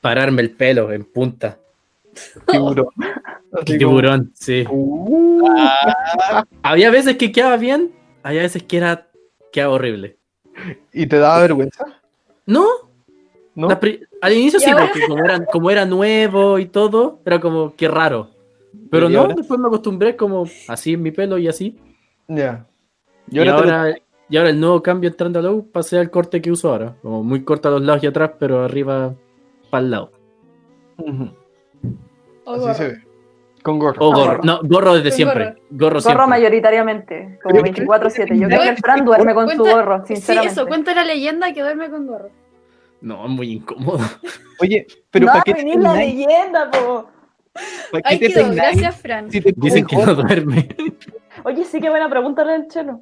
Speaker 5: pararme el pelo en punta.
Speaker 3: Tiburón. Así como,
Speaker 5: Tiburón, sí.
Speaker 3: uh,
Speaker 5: Había veces que quedaba bien, había veces que era quedaba horrible.
Speaker 3: ¿Y te daba vergüenza?
Speaker 5: No,
Speaker 3: ¿No?
Speaker 5: La pri- al inicio sí,
Speaker 1: ¿Y ahora?
Speaker 5: porque como era, como era nuevo y todo, era como que raro. Pero
Speaker 6: ¿Y
Speaker 5: no,
Speaker 6: ahora?
Speaker 5: después me acostumbré como así en mi pelo y así.
Speaker 3: Ya.
Speaker 5: Y, ahora, y ahora el nuevo cambio entrando a la U, pasé al corte que uso ahora. Como muy corto a los lados y atrás, pero arriba para el lado.
Speaker 3: Ujú.
Speaker 1: O
Speaker 3: Así
Speaker 1: Oh, gorro.
Speaker 3: se ve. Con gorro.
Speaker 5: O gorro. No, gorro desde
Speaker 1: Con
Speaker 5: siempre.
Speaker 1: gorro.
Speaker 5: Gorro, siempre.
Speaker 4: Gorro mayoritariamente, como
Speaker 3: Creo que-
Speaker 4: 24-7. Yo creo que el Fran duerme con su
Speaker 1: Cuenta-
Speaker 4: gorro,
Speaker 1: Sí,
Speaker 4: sinceramente.
Speaker 1: eso, cuenta la leyenda que duerme con gorro.
Speaker 5: No, es muy incómodo.
Speaker 6: Oye, pero
Speaker 4: no,
Speaker 6: ¿para qué te
Speaker 4: venís la
Speaker 6: peináis?
Speaker 4: leyenda, po.
Speaker 6: ¿Para qué
Speaker 1: Ahí
Speaker 6: te
Speaker 1: quedó,
Speaker 6: peináis
Speaker 1: gracias Fran.
Speaker 6: si te pones
Speaker 5: Dicen que
Speaker 6: gorro?
Speaker 5: no duerme.
Speaker 4: Oye, sí que buena pregunta la del chelo.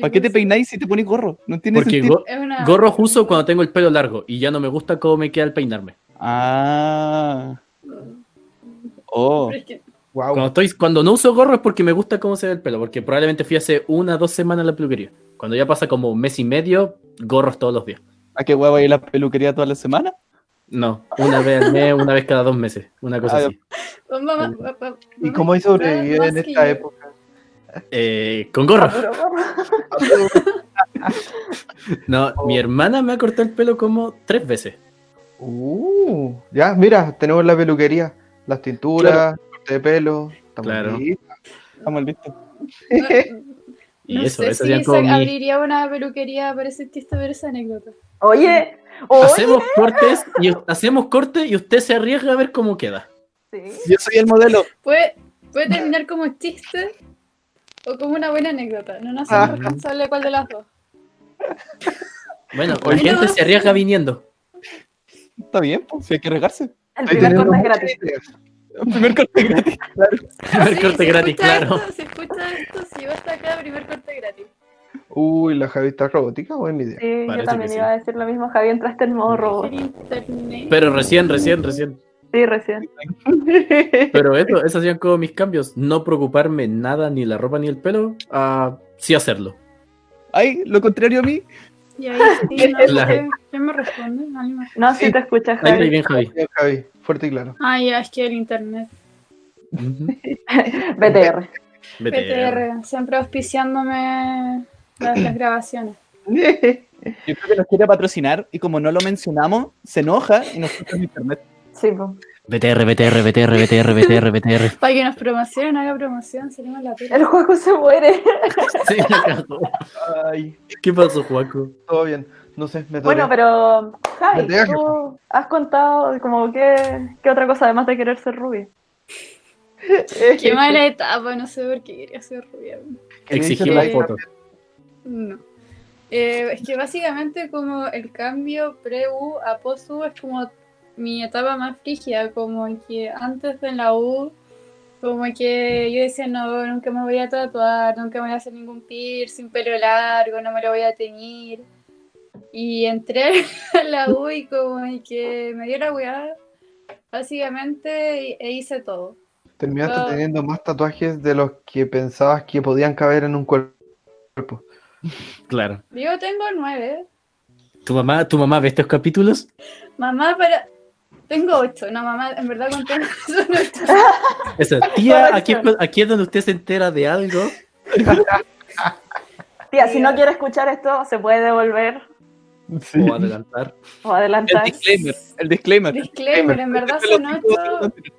Speaker 6: ¿Para qué te peináis si te pones gorro? No tiene
Speaker 5: Porque
Speaker 6: sentido.
Speaker 5: go-
Speaker 1: Es una-
Speaker 5: gorro uso cuando tengo el pelo largo y ya no me gusta cómo me queda el peinarme.
Speaker 6: Ah. Oh.
Speaker 1: Pero es que-
Speaker 3: Wow.
Speaker 5: Cuando, estoy, cuando no uso gorro es porque me gusta cómo se ve el pelo, porque probablemente fui hace una dos semanas a la peluquería. Cuando ya pasa como un mes y medio, gorros todos los días.
Speaker 6: ¿A qué huevo ir a la peluquería toda la semana?
Speaker 5: No, una vez al mes, una vez cada dos meses, una cosa
Speaker 6: Ah,
Speaker 5: así.
Speaker 1: Vamos, vamos, vamos,
Speaker 3: ¿Y
Speaker 1: vamos.
Speaker 3: cómo hay sobrevivido
Speaker 1: Más
Speaker 3: en
Speaker 1: que
Speaker 3: esta
Speaker 1: yo.
Speaker 3: época?
Speaker 5: Eh, con gorro.
Speaker 4: Puro gorro.
Speaker 5: No, mi hermana me ha cortado el pelo como tres veces.
Speaker 3: Uh, ya, mira, tenemos la peluquería, las tinturas, corte de pelo. estamos
Speaker 5: Claro.
Speaker 3: listos.
Speaker 6: Estamos listos.
Speaker 5: Y
Speaker 1: No
Speaker 5: eso,
Speaker 1: sé
Speaker 5: eso
Speaker 1: si
Speaker 5: ya como
Speaker 1: sa-
Speaker 5: mi-
Speaker 1: abriría una peluquería para ese chiste, pero esa anécdota.
Speaker 4: Oye, oye.
Speaker 5: Hacemos cortes y hacemos cortes y usted se arriesga a ver cómo queda.
Speaker 4: Sí.
Speaker 6: Yo soy el modelo.
Speaker 1: Puede, puede terminar como chiste o como una buena anécdota. No nos hacemos responsable cuál de las dos.
Speaker 5: Bueno, la
Speaker 1: Bueno.
Speaker 5: gente se arriesga viniendo.
Speaker 6: Está bien, pues, si hay que regarse.
Speaker 4: El
Speaker 3: Ahí
Speaker 4: primer
Speaker 3: tenemos
Speaker 4: corte es
Speaker 3: muchas
Speaker 4: gratis.
Speaker 3: ideas.
Speaker 6: Primer corte gratis.
Speaker 5: Primer
Speaker 1: Sí,
Speaker 5: corte
Speaker 1: si
Speaker 5: gratis,
Speaker 1: escucha
Speaker 5: claro.
Speaker 1: esto, si escucha esto, si va hasta acá, primer corte gratis.
Speaker 3: Uy, la Javi está robótica, buena idea.
Speaker 4: Sí,
Speaker 5: Parece
Speaker 4: yo también
Speaker 5: que
Speaker 4: iba a decir lo mismo, Javi, entraste en modo robot.
Speaker 1: En internet.
Speaker 5: Pero recién, recién, recién.
Speaker 4: Sí, recién.
Speaker 5: Pero eso, esos serían como mis cambios. No preocuparme nada, ni la ropa ni el pelo, a sí hacerlo.
Speaker 6: Ay, lo contrario a mí.
Speaker 1: Y ahí sí, no,
Speaker 5: La-
Speaker 1: ¿quién, quién me responde? Nadie me-
Speaker 4: No, sí te escuchas,
Speaker 5: Ahí está
Speaker 4: Javi.
Speaker 5: bien, Javi.
Speaker 3: Bien, Javi, fuerte y claro.
Speaker 1: Ah, ya, es que el internet.
Speaker 5: Ujú.
Speaker 4: BTR.
Speaker 5: BTR.
Speaker 1: PTR, siempre auspiciándome las, las grabaciones.
Speaker 6: Yo creo que nos quiere patrocinar y como no lo mencionamos, se enoja y nos quita el internet.
Speaker 4: Sí, po.
Speaker 5: BTR, BTR, BTR, BTR, BTR, BTR.
Speaker 1: Para que nos promocionen, haga promoción, salimos la pila.
Speaker 4: El juego se muere.
Speaker 5: Sí, la cagó.
Speaker 3: Ay,
Speaker 5: ¿Qué pasó, Juaco?
Speaker 3: todo bien. No sé, me
Speaker 4: Bueno,
Speaker 3: doré.
Speaker 4: pero Javi,
Speaker 3: BTR.
Speaker 4: tú has contado como que qué otra cosa además de querer ser rubia.
Speaker 1: Qué mala etapa, no sé por qué quería ser rubia.
Speaker 3: Que me dice
Speaker 5: Exigimos
Speaker 1: que-
Speaker 3: la-
Speaker 5: fotos.
Speaker 1: No. Eh, es que básicamente como el cambio pre-U a post-U es como mi etapa más frígida, como que antes de la U, como que yo decía, no, nunca me voy a tatuar, nunca me voy a hacer ningún piercing, pelo largo, no me lo voy a teñir. Y entré a la U y como que me dio la weá, básicamente, y- e hice todo.
Speaker 3: Terminaste
Speaker 1: Ah.
Speaker 3: teniendo más tatuajes de los que pensabas que podían caber en un cuerpo.
Speaker 5: Claro.
Speaker 1: Yo tengo nueve,
Speaker 5: ¿Tu mamá, ¿Tu mamá ve estos capítulos?
Speaker 1: Mamá para... Tengo ocho, no mamá, en verdad conté son ocho.
Speaker 5: Esa, tía, aquí, es cu- aquí es donde usted se entera de algo.
Speaker 4: Tía, si no quiere escuchar esto, se puede devolver
Speaker 5: O adelantar.
Speaker 4: o
Speaker 6: El
Speaker 4: adelantar.
Speaker 6: disclaimer. El disclaimer.
Speaker 1: Disclaimer, en verdad son ocho.
Speaker 6: Este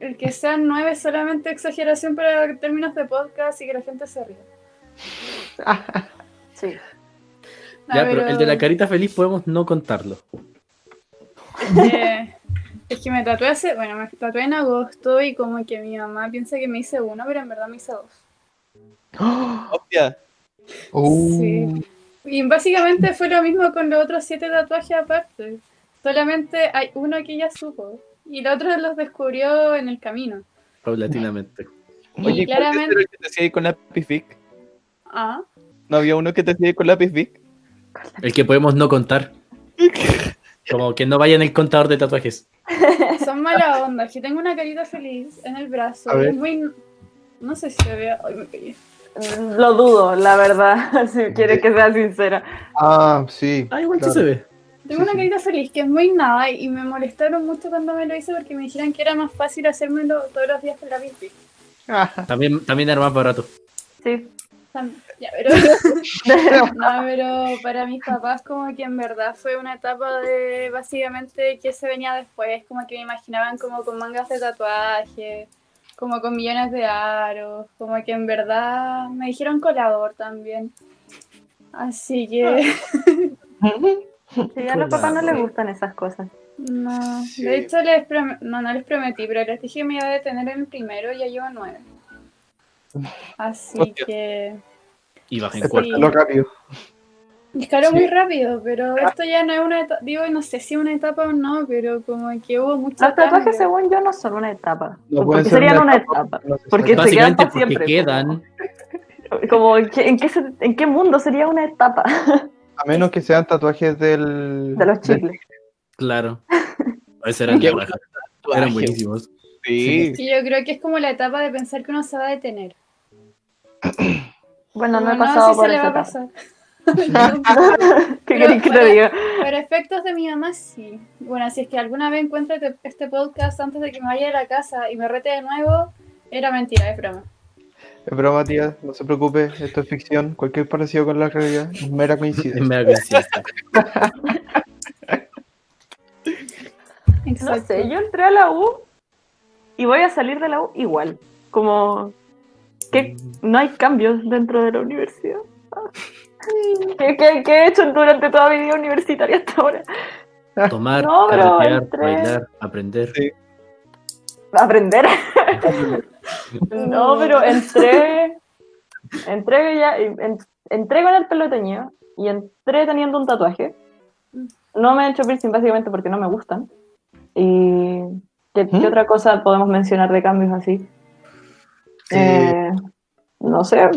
Speaker 1: El que sean nueve es solamente exageración para términos de podcast y que la gente se ría.
Speaker 4: Sí.
Speaker 1: No,
Speaker 5: Ya, pero el de la
Speaker 1: Ah, pero,
Speaker 5: carita feliz podemos no contarlo.
Speaker 1: eh, es que me tatué hace, bueno, me tatué en agosto y como que mi mamá piensa que me hice uno, pero en verdad me hice dos.
Speaker 6: Hostia.
Speaker 3: Uh,
Speaker 1: Sí. Y básicamente fue lo mismo con los otros siete tatuajes aparte. Solamente hay uno que ella supo y el otro los descubrió en el camino.
Speaker 5: Paulatinamente.
Speaker 6: Oye, ¿cuál
Speaker 1: claramente-
Speaker 6: era el que te hacía ahí con la Pific?
Speaker 1: Ah.
Speaker 6: ¿No había uno que te hacía ahí con la Pific?
Speaker 5: El que podemos no contar. Como que no vaya en el contador de tatuajes.
Speaker 1: Son mala onda, que tengo una carita feliz en el brazo.
Speaker 3: A ver.
Speaker 1: Es muy. No sé si se vea. Ay, me pegué.
Speaker 4: Lo dudo, la verdad, si quieres que sea sincera.
Speaker 3: Ah, sí.
Speaker 5: Ah, igual sí
Speaker 3: Claro.
Speaker 5: se ve.
Speaker 1: Tengo una carita feliz que es muy nada y me molestaron mucho cuando me lo hice porque me dijeron que era más fácil hacérmelo todos los días con la pinta.
Speaker 5: También, también era más barato.
Speaker 4: Sí.
Speaker 1: Ya, pero... no, pero para mis papás como que en verdad fue una etapa de básicamente qué se venía después, como que me imaginaban como con mangas de tatuaje, como con millones de aros, como que en verdad me dijeron colador también. Así que
Speaker 4: Sí, a los papás no les gustan esas cosas.
Speaker 1: no.
Speaker 3: Sí.
Speaker 1: De hecho les prom- no, no les prometí, pero les dije que me iba a detener en el primero y ya llevo nueve. Así
Speaker 6: Hostia.
Speaker 1: que
Speaker 5: Y baja en
Speaker 1: Sí.
Speaker 5: cuarto.
Speaker 3: Lo rápido.
Speaker 1: Disparó
Speaker 5: Sí.
Speaker 1: muy rápido, pero esto ya no es una etapa, digo, no sé si una etapa o no, pero como que hubo muchos
Speaker 4: Los tatuajes, según yo, no son una etapa.
Speaker 3: No pueden
Speaker 4: porque
Speaker 3: ser
Speaker 4: serían una etapa.
Speaker 3: no sé,
Speaker 4: Porque-
Speaker 3: exacto.
Speaker 4: se quedan
Speaker 5: Básicamente
Speaker 4: pa'
Speaker 5: porque
Speaker 4: siempre,
Speaker 5: quedan.
Speaker 4: Como, ¿en qué- ¿en qué, se- ¿en qué mundo sería una etapa
Speaker 3: A menos que sean tatuajes del.
Speaker 4: de los
Speaker 3: del-
Speaker 4: chicles?
Speaker 5: Claro. A veces eran
Speaker 6: Qué
Speaker 5: de raja, Eran buenísimos.
Speaker 6: Sí.
Speaker 1: Sí, yo creo que es como la etapa de pensar que uno se va a detener.
Speaker 4: Bueno, no he
Speaker 1: Como,
Speaker 4: pasado
Speaker 1: sí
Speaker 4: por
Speaker 1: se le va
Speaker 4: esa
Speaker 1: a
Speaker 4: etapa.
Speaker 1: pasar. No,
Speaker 4: ¿Qué
Speaker 1: Pero
Speaker 4: queréis que te
Speaker 1: fuera-
Speaker 4: diga?
Speaker 1: Para efectos de mi mamá, sí. Bueno, si es que alguna vez encuentro este- este podcast antes de que me vaya de la casa y me rete de nuevo, era mentira, es broma.
Speaker 3: Es broma, tía, no se preocupe, esto es ficción. Cualquier parecido con la realidad es mera
Speaker 5: Es
Speaker 3: coincidencia.
Speaker 5: mera coincidencia.
Speaker 4: No sé, yo entré a la U y voy a salir de la U igual. Como que no hay cambios dentro de la universidad. ¿Qué, qué, qué he hecho durante toda mi vida universitaria hasta ahora?
Speaker 5: Tomar,
Speaker 4: No, pero
Speaker 5: carretear,
Speaker 4: entré-
Speaker 5: bailar, aprender.
Speaker 4: Aprender. no, pero entré. Entré ya. en- entré con el pelo teñido y entré teniendo un tatuaje. No me he hecho piercing básicamente porque no me gustan. Y. ¿Qué, qué
Speaker 6: ¿Mm?
Speaker 4: otra cosa podemos mencionar de cambios así?
Speaker 3: Eh,
Speaker 4: Eh, no sé.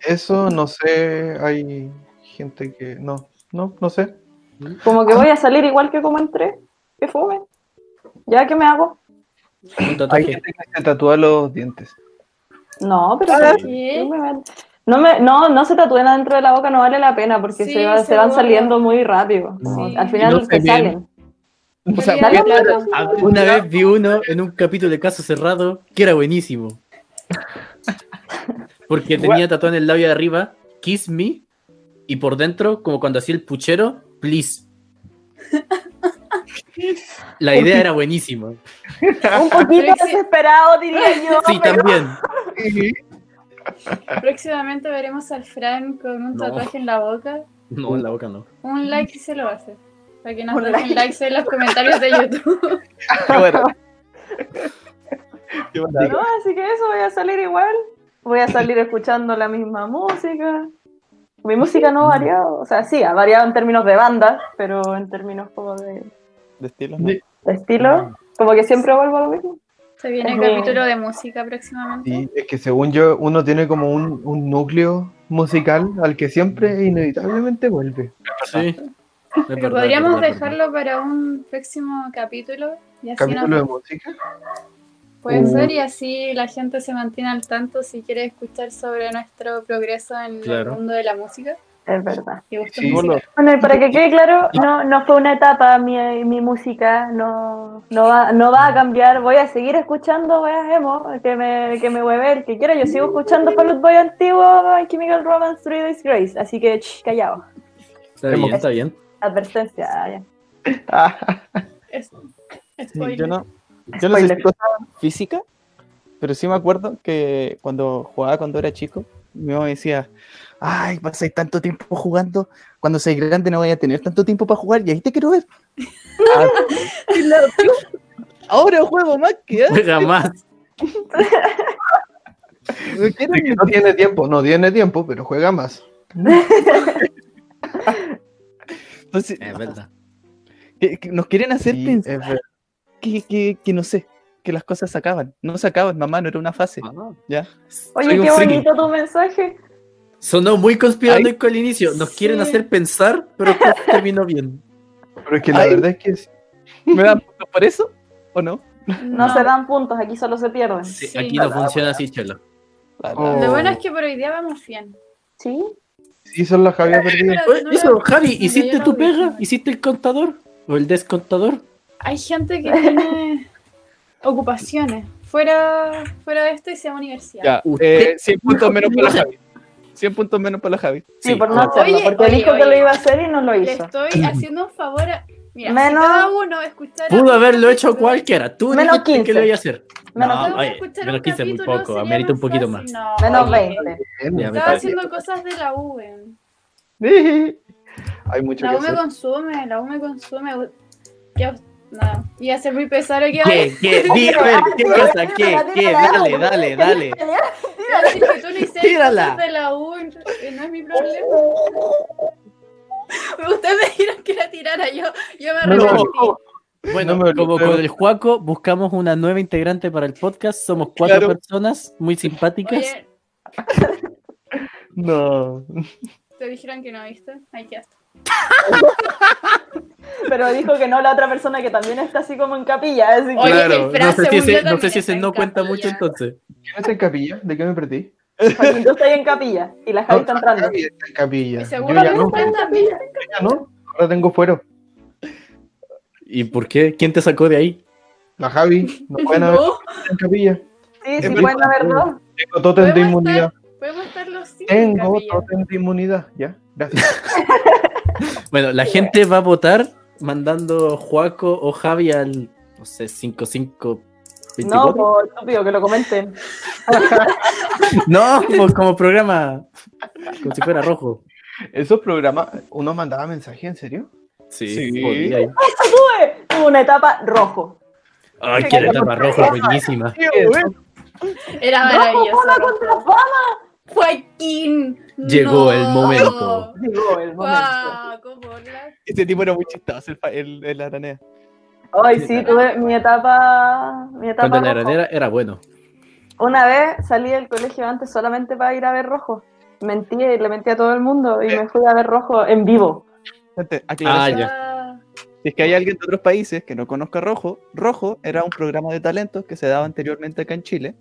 Speaker 3: eso, no sé, hay gente que. No, no, no sé.
Speaker 4: Como que voy a salir igual que como entré. Que fome. ¿Ya qué me hago?
Speaker 5: Un
Speaker 3: Hay
Speaker 5: tatuaje.
Speaker 3: gente que se tatúa los dientes.
Speaker 4: No, pero.
Speaker 1: ¿Qué?
Speaker 4: No, me van- no, me- no, no se tatúen adentro de la boca, no vale la pena porque
Speaker 1: Sí,
Speaker 4: se, va-
Speaker 1: se
Speaker 4: se van
Speaker 1: borra.
Speaker 4: saliendo muy rápido. como
Speaker 1: Sí.
Speaker 4: Al
Speaker 6: Y
Speaker 4: final
Speaker 6: no se
Speaker 4: te
Speaker 6: ven.
Speaker 4: salen.
Speaker 6: O sea,
Speaker 1: Pero ya
Speaker 4: dale
Speaker 1: la plata.
Speaker 5: Ah, Una vez vi uno en un capítulo de Caso Cerrado que era buenísimo. Porque tenía tatuado en el labio de arriba, Kiss Me, y por dentro, como cuando hacía el puchero, Please. La idea era buenísima.
Speaker 4: Oh Un poquito
Speaker 1: Pero sí.
Speaker 4: desesperado, diría yo.
Speaker 5: Sí,
Speaker 4: pero-
Speaker 5: también.
Speaker 1: Próximamente veremos al Fran con un
Speaker 5: No.
Speaker 1: tatuaje en la boca.
Speaker 5: No, en la boca no.
Speaker 1: Un like si se lo hace. Para que nos
Speaker 4: Un
Speaker 1: dejen likes en los comentarios de YouTube.
Speaker 6: Bueno. Qué maravilla.
Speaker 4: No, así que eso, voy a salir igual. Voy a salir escuchando la misma música. Mi música no ha variado. O sea, sí, ha variado en términos de banda, pero en términos como de,
Speaker 6: De estilo,
Speaker 5: De-
Speaker 4: de estilo, como que siempre vuelvo a lo mismo.
Speaker 1: Se viene el
Speaker 4: Ujú.
Speaker 1: capítulo de música próximamente.
Speaker 3: Y es que según yo, uno tiene como un, un núcleo musical al que siempre inevitablemente vuelve.
Speaker 5: Sí. Es
Speaker 1: Pero
Speaker 5: verdad,
Speaker 1: podríamos
Speaker 5: es verdad, es verdad.
Speaker 1: dejarlo para un próximo capítulo. Y así
Speaker 3: Capítulo
Speaker 1: nos
Speaker 3: de música.
Speaker 1: puede
Speaker 3: Uh.
Speaker 1: ser y así la gente se mantiene al tanto si quiere escuchar sobre nuestro progreso en
Speaker 5: Claro.
Speaker 1: el mundo de la música.
Speaker 4: Es verdad.
Speaker 1: Y gustos
Speaker 3: Sí,
Speaker 1: musicales.
Speaker 4: Bueno, y para que quede claro, no, no fue una etapa mi, mi música, no, no, va, no va a cambiar. Voy a seguir escuchando weas emo, el que me, el que me hueve, el que quiera. Yo sigo escuchando Fallout Boy antiguo, My Chemical Romance, Three Days Grace. Así que, ch, callado.
Speaker 5: Está bien, está bien.
Speaker 4: Advertencia. ah, ya.
Speaker 1: Es- spoiler.
Speaker 6: Yo no, yo no sé
Speaker 4: Spoiler.
Speaker 6: si cosa física, pero sí me acuerdo que cuando jugaba cuando era chico, mi mamá me decía, ay, pasáis tanto tiempo jugando, cuando seas grande no voy a tener tanto tiempo para jugar y ahí te quiero ver. Ah, y la- Ahora juego más que
Speaker 1: ¿Eh?
Speaker 6: antes,
Speaker 5: Juega más.
Speaker 6: no quiero
Speaker 3: Es que no tiene tiempo, no tiene tiempo, pero juega más.
Speaker 6: ni- Entonces,
Speaker 5: Es verdad.
Speaker 6: que- que nos quieren hacer
Speaker 3: Y es
Speaker 6: pensar
Speaker 3: verdad. eh.
Speaker 6: que, que- que no sé, que las cosas se acaban. No se acaban, mamá, no era una fase.
Speaker 3: Ah.
Speaker 6: ¿Ya?
Speaker 5: Soy
Speaker 4: Oye,
Speaker 5: un
Speaker 4: qué
Speaker 5: friki.
Speaker 4: bonito tu mensaje.
Speaker 5: Sonó muy conspiranoico al inicio. Nos
Speaker 1: Sí.
Speaker 5: quieren hacer pensar, pero todo terminó bien.
Speaker 3: Pero es que la
Speaker 6: Ay.
Speaker 3: verdad es que sí.
Speaker 6: ¿Me dan puntos por eso o no?
Speaker 4: No, se dan puntos, aquí solo se pierden.
Speaker 5: Sí,
Speaker 1: Sí.
Speaker 5: aquí no funciona así, Chelo.
Speaker 6: La- la-
Speaker 3: Oh.
Speaker 1: Lo bueno es que por hoy día vamos bien.
Speaker 4: Sí.
Speaker 3: Sí, son las Javier perdidas.
Speaker 1: Pero Pues no
Speaker 5: Eso,
Speaker 1: lo-
Speaker 5: Javi,
Speaker 1: no
Speaker 5: ¿hiciste
Speaker 1: llego
Speaker 5: tu
Speaker 1: a
Speaker 5: pega?
Speaker 1: original.
Speaker 5: ¿Hiciste el contador? ¿O el descontador?
Speaker 1: Hay gente que tiene ocupaciones fuera, fuera de esto y sea universidad.
Speaker 6: Ya, eh, 100 puntos menos para la Javi. 100 puntos menos para la Javi.
Speaker 4: Sí, por no
Speaker 1: Oye,
Speaker 4: hacerlo, porque
Speaker 1: oye,
Speaker 4: dijo
Speaker 1: oye.
Speaker 4: que lo iba a hacer y no lo
Speaker 1: Le
Speaker 4: hizo.
Speaker 1: estoy haciendo un favor a. Mira,
Speaker 4: Menos-
Speaker 1: si cada uno escuchara.
Speaker 5: Pudo haberlo hecho
Speaker 1: cualquiera
Speaker 5: cualquiera. Tú
Speaker 4: Menos
Speaker 5: dijiste
Speaker 4: 15.
Speaker 5: que lo iba a hacer.
Speaker 4: Menos
Speaker 5: No, oye, menos 15 muy poco. Amerita un poquito más.
Speaker 4: Menos
Speaker 1: oye,
Speaker 4: 20.
Speaker 3: Bien.
Speaker 5: Ya, me
Speaker 1: Estaba
Speaker 5: parece.
Speaker 1: haciendo cosas de la U, weón.
Speaker 3: Hay mucho que
Speaker 1: La U me
Speaker 3: hacer.
Speaker 1: consume, la U me consume. Qué os- No, iba a ser muy pesado que
Speaker 5: ¿Qué? ¿Qué? Di, a ver, ¿qué cosa? ¿Qué? ¿Qué? Dale, dale, dale.
Speaker 1: Tírala. Si tú no hiciste
Speaker 5: Tírala.
Speaker 1: cosas de la U, eh, no es mi problema. Ustedes me dijeron que la tirara yo. Yo me
Speaker 3: No,
Speaker 1: arrepentí.
Speaker 5: Bueno,
Speaker 3: No me
Speaker 5: como
Speaker 3: olvidé.
Speaker 5: con el Juaco, buscamos una nueva integrante para el podcast. Somos cuatro
Speaker 6: Claro.
Speaker 5: personas muy simpáticas.
Speaker 1: Oye,
Speaker 3: No.
Speaker 1: te dijeron que no, ¿viste? Ahí quedaste.
Speaker 4: Pero dijo que no la otra persona que también está así como en capilla. Así que...
Speaker 1: Oye,
Speaker 3: Claro,
Speaker 1: el Fran,
Speaker 5: no sé si
Speaker 1: según yo,
Speaker 5: ese no,
Speaker 1: también
Speaker 5: sé si
Speaker 1: está
Speaker 5: ese
Speaker 1: en
Speaker 5: no cuenta
Speaker 1: capilla.
Speaker 5: mucho entonces.
Speaker 3: ¿Quién está en capilla? ¿De qué me perdí? ah,
Speaker 4: Joaquín, tú estás ahí en capilla y la Javi está entrando.
Speaker 3: Javi está en capilla.
Speaker 1: Y
Speaker 3: Yo
Speaker 1: seguro
Speaker 3: ya
Speaker 1: que
Speaker 3: no,
Speaker 1: el Fran también.
Speaker 3: ya no. Ahora tengo fuero.
Speaker 5: ¿Y por qué? ¿Quién te sacó de ahí?
Speaker 3: La Javi. No pueden haber
Speaker 1: No,
Speaker 3: en capilla.
Speaker 4: Sí, sí,
Speaker 3: Es
Speaker 4: pueden haber
Speaker 3: verdad.
Speaker 4: dos.
Speaker 3: Tengo totem de
Speaker 1: Podemos
Speaker 3: inmunidad.
Speaker 1: podemos estar los cinco. en
Speaker 3: Tengo
Speaker 1: capilla.
Speaker 3: totem de inmunidad. Ya. Gracias.
Speaker 5: Bueno, la gente va a votar mandando Juaco o Javi al, no sé, 5524.
Speaker 4: No, por estúpido, que lo comenten.
Speaker 5: No, po, como programa. Como si fuera rojo.
Speaker 3: Esos programas, uno mandaba mensaje, ¿en serio?
Speaker 5: Sí.
Speaker 6: Sí.
Speaker 5: podía ir.
Speaker 4: Tuve tuve una etapa rojo.
Speaker 5: Ay, que la tapa roja, buenísima.
Speaker 1: Era maravilloso. Joaquín.
Speaker 5: Llegó
Speaker 1: no.
Speaker 5: el momento.
Speaker 4: Llegó el momento.
Speaker 1: Guau, cómo la-
Speaker 6: Este tipo era muy chistoso, el, fa- el, el aranea.
Speaker 4: Ay, sí, tuve mi etapa. Mi etapa
Speaker 5: Cuando la
Speaker 4: rojo.
Speaker 5: heredera era bueno.
Speaker 4: Una vez salí del colegio antes solamente para ir a ver rojo. Mentí y le mentí a todo el mundo y me fui a ver rojo en vivo.
Speaker 6: Gente, aclaración.
Speaker 5: Ah, ya.
Speaker 1: Ah,
Speaker 6: Si es que hay alguien de otros países que no conozca Rojo, Rojo era un programa de talentos que se daba anteriormente acá en Chile.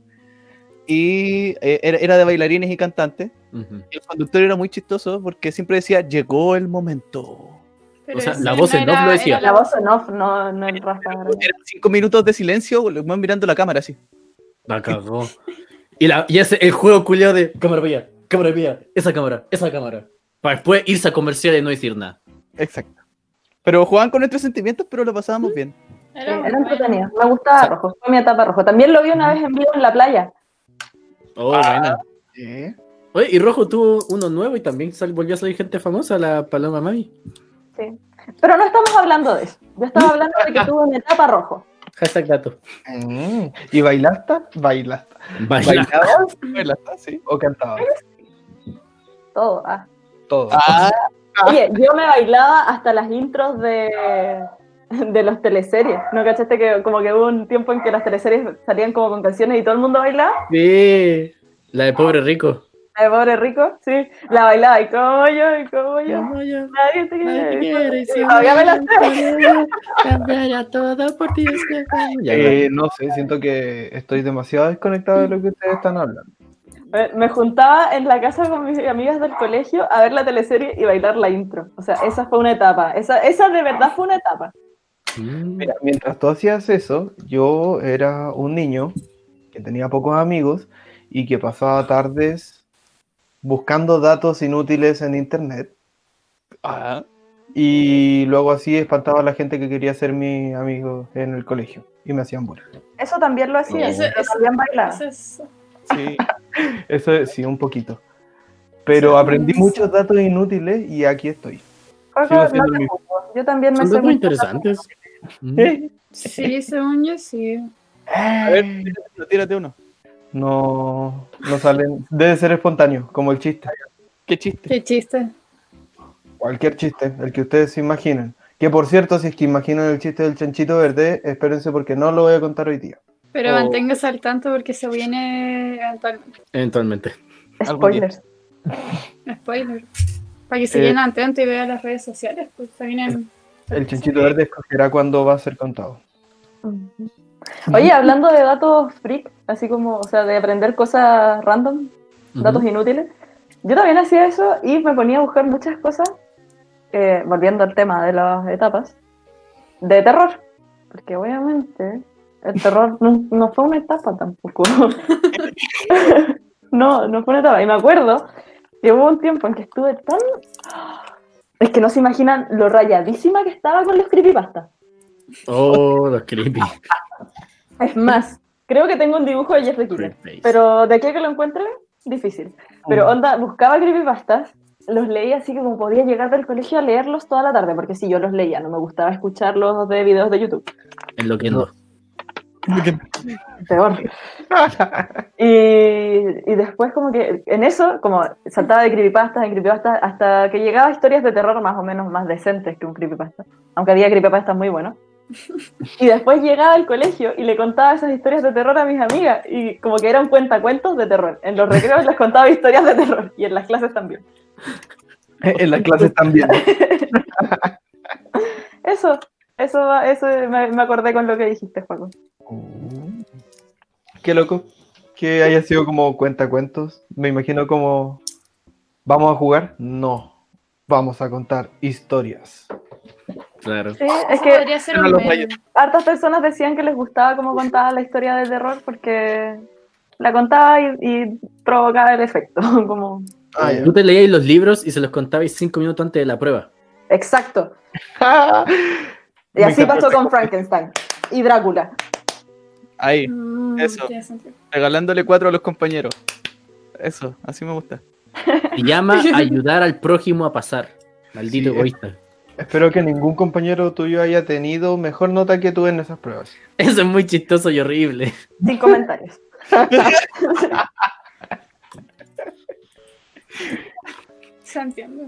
Speaker 6: Y eh, era, era de bailarines y cantantes.
Speaker 5: Ujú.
Speaker 6: El conductor era muy chistoso porque siempre decía, llegó el momento.
Speaker 1: pero
Speaker 5: O sea,
Speaker 1: ese
Speaker 5: la voz en off
Speaker 1: era-
Speaker 5: lo decía.
Speaker 1: era
Speaker 4: La voz en off, no, no en raspa.
Speaker 6: Eran cinco minutos de silencio, los más mirando la cámara así.
Speaker 5: La cagó. Y, la, y ese, el juego culiado de cámara vía, cámara vía, esa cámara, esa cámara. Para después irse a comercial y no decir nada.
Speaker 6: Exacto. Pero jugaban con nuestros sentimientos, pero lo pasábamos bien.
Speaker 1: Era,
Speaker 4: Era
Speaker 1: bueno.
Speaker 4: entretenido, me gustaba rojo, fue mi etapa rojo. También lo vi una vez en vivo en la playa.
Speaker 5: Oh,
Speaker 3: Ah,
Speaker 5: buena.
Speaker 3: ¿Eh?
Speaker 5: Oye, y Rojo tuvo uno nuevo y también sal- volvió a salir gente famosa, la Paloma Mami.
Speaker 4: Pero no estamos hablando de eso. Yo estaba hablando de que tuve una etapa rojo.
Speaker 5: Hashtag dato.
Speaker 3: Mm. ¿Y bailaste? Bailaste.
Speaker 5: Baila.
Speaker 6: ¿Bailabas? ¿Bailabas? Sí.
Speaker 3: ¿O cantabas?
Speaker 4: Todo. ah.
Speaker 3: Todo.
Speaker 6: Ah,
Speaker 4: Oye, yo me bailaba hasta las intros de, de los teleseries. ¿No cachaste que como que hubo un tiempo en que las teleseries salían como con canciones y todo el mundo bailaba?
Speaker 5: Sí. La de Pobre Rico.
Speaker 4: La de pobre rico, sí. La bailaba y como yo, y como yo.
Speaker 5: No, ya,
Speaker 4: Nadie te
Speaker 5: nadie te
Speaker 4: quiere.
Speaker 5: quiere, si
Speaker 4: Todavía me la sé.
Speaker 5: no, Cambiaría todo por ti. es que- Ya, ya.
Speaker 3: Eh, no sé, siento que estoy demasiado desconectado de lo que ustedes están hablando.
Speaker 4: Me, me juntaba en la casa con mis amigas del colegio a ver la teleserie y bailar la intro. O sea, esa fue una etapa. Esa, esa de verdad fue una etapa.
Speaker 5: Mm.
Speaker 3: Mira, mientras tú hacías eso, yo era un niño que tenía pocos amigos y que pasaba tardes buscando datos inútiles en internet
Speaker 6: ah,
Speaker 3: y luego así espantaba a la gente que quería ser mi amigo en el colegio y me hacían bullying.
Speaker 4: Eso también lo hacía.
Speaker 1: Eso-
Speaker 4: yo
Speaker 1: eso-
Speaker 4: también bailaba.
Speaker 1: Eso es-
Speaker 6: sí.
Speaker 3: Eso es- sí, un poquito. Pero aprendí muchos datos inútiles y aquí estoy.
Speaker 4: Juego,
Speaker 3: Sigo
Speaker 4: no
Speaker 3: siendo
Speaker 4: te
Speaker 3: el
Speaker 4: juzgo. Yo también me
Speaker 5: Son
Speaker 4: sé
Speaker 5: dos muy
Speaker 4: mucho.
Speaker 5: interesantes. Mm.
Speaker 1: Sí, según yo sí.
Speaker 6: A ver, tírate, tírate uno.
Speaker 3: No, no salen. Debe ser espontáneo, como el chiste.
Speaker 6: Qué chiste.
Speaker 1: Qué chiste.
Speaker 3: Cualquier chiste, el que ustedes se imaginen. Que por cierto, si es que imaginan el chiste del chanchito verde, espérense porque no lo voy a contar hoy día.
Speaker 1: Pero
Speaker 6: Oh.
Speaker 1: manténgase al tanto porque se viene eventualmente.
Speaker 5: Eventualmente.
Speaker 6: Algún día.
Speaker 4: Spoilers.
Speaker 1: Spoiler. Para que se
Speaker 3: Eh.
Speaker 1: llenen atento y vean las redes sociales, pues se vienen.
Speaker 3: El chanchito verde escogerá cuándo va a ser contado.
Speaker 4: Oye, hablando de datos freak, así como, o sea, de aprender cosas random, datos inútiles. Yo también hacía eso y me ponía a buscar muchas cosas, eh, volviendo al tema de las etapas, de terror. Porque obviamente el terror no, no fue una etapa tampoco. no, no fue una etapa. Y me acuerdo que hubo un tiempo en que estuve tan... Es que no se imaginan lo rayadísima que estaba con los creepypastas.
Speaker 5: Oh, los creepy.
Speaker 4: Ah, Es más, creo que tengo un dibujo de Jeff the Killer.
Speaker 5: Creepy.
Speaker 4: Pero de aquí a que lo encuentre, difícil. Pero onda, buscaba creepypastas, los leía así como podía llegar del colegio a leerlos toda la tarde, porque si yo los leía, no me gustaba escucharlos de videos de YouTube.
Speaker 5: En lo que no.
Speaker 4: Peor. y, y después como que en eso, como saltaba de creepypastas en creepypastas, hasta que llegaba a historias de terror más o menos más decentes que un creepypasta. Aunque había creepypastas muy buenos. Y después llegaba al colegio y le contaba esas historias de terror a mis amigas. Y como que eran cuentacuentos de terror. En los recreos les contaba historias de terror. Y en las clases también.
Speaker 3: en las clases también.
Speaker 4: Eso, eso, va- eso me, me acordé con lo que dijiste, Juaco.
Speaker 3: Qué loco. Que haya sido como cuentacuentos. Me imagino como. ¿Vamos a jugar? No. Vamos a contar historias.
Speaker 5: Claro.
Speaker 4: es
Speaker 1: es
Speaker 4: que-
Speaker 1: que podría ser
Speaker 3: Pero
Speaker 1: un
Speaker 3: los
Speaker 1: meme.
Speaker 3: rayos.
Speaker 4: Hartas personas decían que les gustaba cómo contaba la historia de terror porque la contaba y, y provocaba el efecto. Como...
Speaker 3: Ah, ya.
Speaker 5: Tú te leías los libros y se los contabas cinco minutos antes de la prueba.
Speaker 4: Exacto. Y
Speaker 3: Me
Speaker 4: así
Speaker 3: encanta.
Speaker 4: pasó con Frankenstein y Drácula.
Speaker 6: Ahí,
Speaker 1: Mm,
Speaker 6: Eso.
Speaker 1: tiene sentido.
Speaker 6: regalándole cuatro a los compañeros. Eso, así me gusta.
Speaker 5: Te llama a ayudar al prójimo a pasar. Maldito
Speaker 3: Sí.
Speaker 5: egoísta.
Speaker 3: Espero que ningún compañero tuyo haya tenido mejor nota que tú en esas pruebas.
Speaker 5: Eso es muy chistoso y horrible.
Speaker 4: Sin comentarios.
Speaker 1: Se entiende.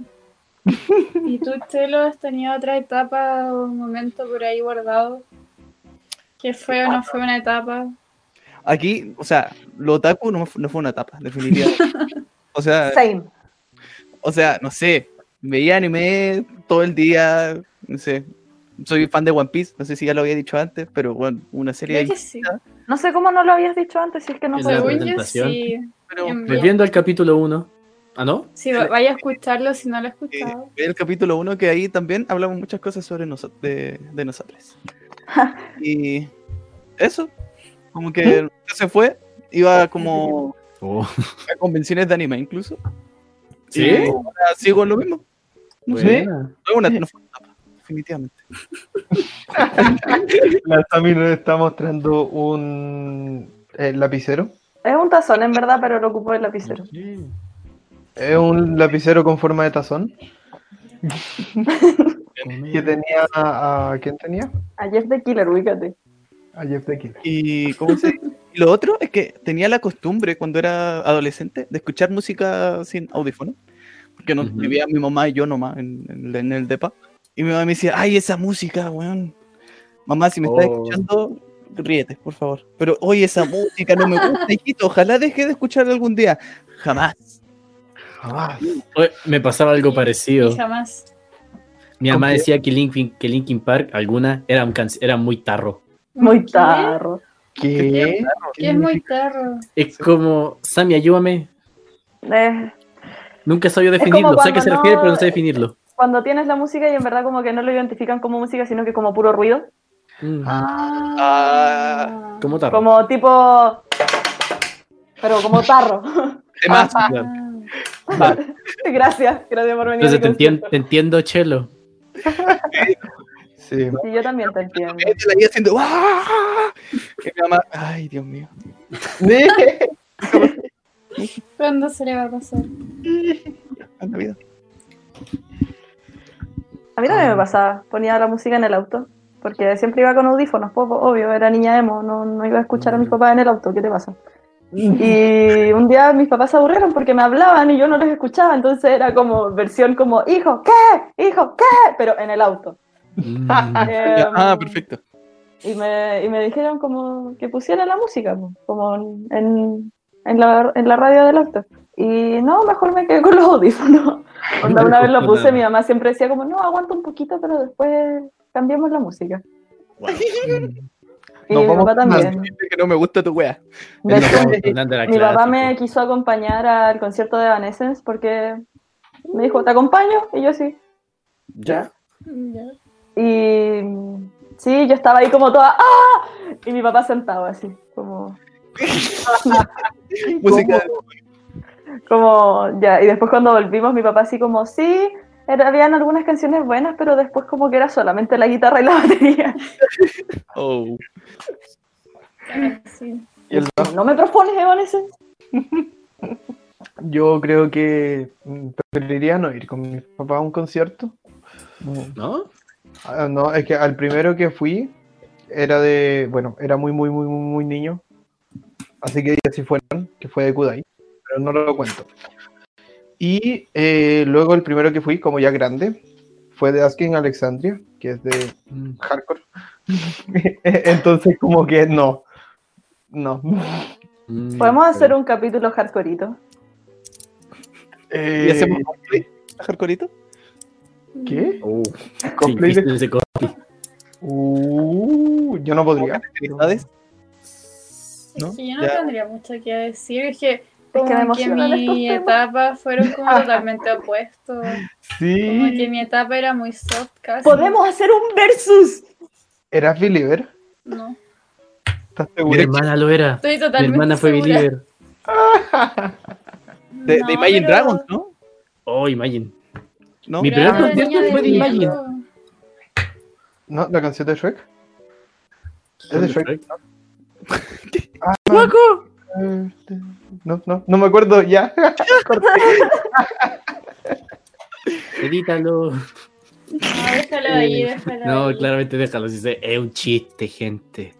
Speaker 1: ¿Y tú, Chelo, has tenido otra etapa o momento por ahí guardado? ¿Que fue o no fue una etapa?
Speaker 6: Aquí, o sea, lo otaku no, fu- no fue una etapa, definitivamente. O sea,
Speaker 4: Same.
Speaker 6: o sea, no sé, veía anime todo el día, no sé. Soy fan de One Piece, no sé si ya lo había dicho antes, pero bueno, una serie
Speaker 1: Creo
Speaker 6: ahí,
Speaker 1: que sí. Pues,
Speaker 4: No sé cómo no lo habías dicho antes, si es que no
Speaker 5: Es
Speaker 4: fue
Speaker 5: la
Speaker 1: Según yo,
Speaker 5: presentación.
Speaker 1: sí.
Speaker 6: pero
Speaker 1: Bien, bien.
Speaker 5: Volviendo al capítulo 1. ¿Ah, no?
Speaker 1: Sí, va- vaya a escucharlo si no lo he
Speaker 6: eh,
Speaker 1: escuchado.
Speaker 6: ve el capítulo 1 que ahí también hablamos muchas cosas sobre noso- de, de nosotros. y eso, como que se fue, iba como
Speaker 5: Oh.
Speaker 6: a convenciones de anime incluso.
Speaker 5: ¿Sí?
Speaker 6: Y ahora sigo en lo mismo. No sé,
Speaker 5: Buena.
Speaker 6: no fue una- no fue una etapa, definitivamente.
Speaker 3: La Sami nos está mostrando un eh, lapicero.
Speaker 4: Es un tazón, en verdad, pero lo ocupó el lapicero.
Speaker 5: Sí.
Speaker 3: Es un lapicero con forma de tazón. Que tenía a, a- ¿quién tenía?
Speaker 4: Ayer de Killer, ubícate.
Speaker 3: A Jeff the Killer.
Speaker 6: Y, ¿cómo se- y lo otro es que tenía la costumbre cuando era adolescente de escuchar música sin audífono, porque no
Speaker 5: Ujú.
Speaker 6: vivía mi mamá y yo nomás en, en- en el depa. Y mi mamá me decía, ay, esa música, weón. Mamá, si me estás
Speaker 5: Oh.
Speaker 6: escuchando, ríete, por favor. Pero, oye, esa música no me gusta, hijito. Ojalá deje de escucharla algún día. Jamás.
Speaker 3: Jamás.
Speaker 5: Oye, Me pasaba algo
Speaker 1: Y
Speaker 5: parecido.
Speaker 1: jamás.
Speaker 5: Mi mamá decía que Linkin, que Linkin Park, alguna, era, un can- era muy tarro.
Speaker 4: Muy
Speaker 1: ¿Qué?
Speaker 4: tarro.
Speaker 3: ¿Qué?
Speaker 1: ¿Qué es muy tarro?
Speaker 5: Es como, Sammy, ayúdame.
Speaker 4: Eh,
Speaker 5: Nunca sabía definirlo. Sé a qué
Speaker 4: cuando
Speaker 5: se refiere,
Speaker 4: no-
Speaker 5: pero no sé definirlo.
Speaker 4: cuando tienes la música y en verdad como que no lo identifican como música, sino que como puro ruido.
Speaker 5: Mm,
Speaker 1: Ah.
Speaker 5: Como tarro.
Speaker 4: Como tipo... Pero como tarro.
Speaker 6: Además,
Speaker 1: Ah.
Speaker 4: gracias, gracias por venir.
Speaker 5: Entonces
Speaker 4: al
Speaker 5: te, entien-
Speaker 4: concierto.
Speaker 5: te entiendo, Chelo.
Speaker 3: Sí.
Speaker 4: Sí, yo también te entiendo.
Speaker 6: te la iba haciendo. ¡ah! Que mi mamá, ay, Dios mío.
Speaker 1: ¿Cuándo se le va a pasar?
Speaker 6: tanta vida.
Speaker 4: A mí también me pasaba, ponía la música en el auto, porque siempre iba con audífonos, poco, obvio, era niña emo, no, no iba a escuchar a
Speaker 5: Mm.
Speaker 4: mis papás en el auto, ¿qué te pasa? Y un día mis papás se aburrieron porque me hablaban y yo no los escuchaba, entonces era como versión como, hijo, ¿qué? Hijo, ¿qué? Pero en el auto.
Speaker 5: Mm.
Speaker 4: Em,
Speaker 6: ah, perfecto.
Speaker 4: Y me, y me dijeron como que pusiera la música, po, como en, en- en la, en la radio del auto. Y no, mejor me quedé con los audífonos. Onda, una vez lo puse, mi mamá siempre decía como, no, aguanta un poquito, pero después cambiemos la música. Y
Speaker 3: Nos
Speaker 4: mi
Speaker 3: vamos
Speaker 4: papá
Speaker 3: con
Speaker 4: también.
Speaker 6: Que no me gusta tu wea.
Speaker 4: De
Speaker 5: Él nos
Speaker 4: hecho,
Speaker 5: vamos turnando la
Speaker 4: mi papá
Speaker 5: clase,
Speaker 4: me quiso acompañar al concierto de Evanescence porque me dijo, ¿te acompaño? Y yo sí.
Speaker 6: Ya.
Speaker 4: Y mm, sí, yo estaba ahí como toda, ¡ah! Y mi papá sentado así, como,
Speaker 6: Música.
Speaker 4: como, ya. Y después cuando volvimos, mi papá así como, sí, era- habían algunas canciones buenas, pero después como que era solamente la guitarra y la batería.
Speaker 6: Oh.
Speaker 1: Sí.
Speaker 3: Y el-
Speaker 4: ¿No me propones Evanescence?
Speaker 3: Yo creo que mm, preferiría no ir con mi papá a un concierto.
Speaker 5: pues. ¿No?
Speaker 3: Ah, No, es que al primero que fui era de, bueno, era muy, muy, muy, muy, muy niño. Así que si fueron, que fue de Kudai, pero no lo cuento. Y eh, luego el primero que fui, como ya grande, fue de Asking Alexandria, que es de
Speaker 5: Mm.
Speaker 3: hardcore. Entonces como que no, no.
Speaker 5: Mm,
Speaker 4: Podemos
Speaker 5: pero-
Speaker 4: hacer un capítulo hardcoreito.
Speaker 6: ¿Y
Speaker 3: Eh,
Speaker 6: hacemos cosplay? ¿Hardcoreito?
Speaker 3: ¿Qué?
Speaker 5: Oh, sí,
Speaker 3: este Cosplay de-
Speaker 5: hiciste ese co-
Speaker 3: Uh, yo no podría.
Speaker 6: ¿Sabes?
Speaker 1: Es
Speaker 6: ¿No?
Speaker 1: que yo no
Speaker 6: Ya.
Speaker 1: tendría mucho que decir, es que como
Speaker 4: me
Speaker 1: que,
Speaker 4: emocionan estos
Speaker 1: mi
Speaker 4: temas.
Speaker 1: etapa fueron como totalmente opuestos. Como que
Speaker 3: Sí.
Speaker 1: mi etapa era muy soft casi.
Speaker 4: ¡Podemos hacer un versus!
Speaker 3: ¿Eras believer?
Speaker 1: No.
Speaker 3: ¿Estás
Speaker 5: Mi
Speaker 3: seguro?
Speaker 5: hermana lo era.
Speaker 1: Estoy
Speaker 5: Mi
Speaker 1: totalmente
Speaker 5: hermana fue
Speaker 1: segura.
Speaker 5: believer.
Speaker 6: De, de
Speaker 1: No,
Speaker 6: Imagine
Speaker 1: pero-
Speaker 6: Dragons, ¿no?
Speaker 5: Oh, Imagine.
Speaker 6: ¿No?
Speaker 5: Mi
Speaker 1: pero
Speaker 5: primer
Speaker 1: era de
Speaker 5: concierto
Speaker 1: niña
Speaker 5: fue de
Speaker 1: diez
Speaker 5: Imagine.
Speaker 1: años.
Speaker 3: ¿No? ¿La canción de Shrek? ¿Es de Shrek? No, no, no me acuerdo ya.
Speaker 5: Edítalo.
Speaker 1: No, déjalo ahí, déjalo
Speaker 5: No,
Speaker 1: ahí.
Speaker 5: claramente déjalo. Si se- es un chiste, gente.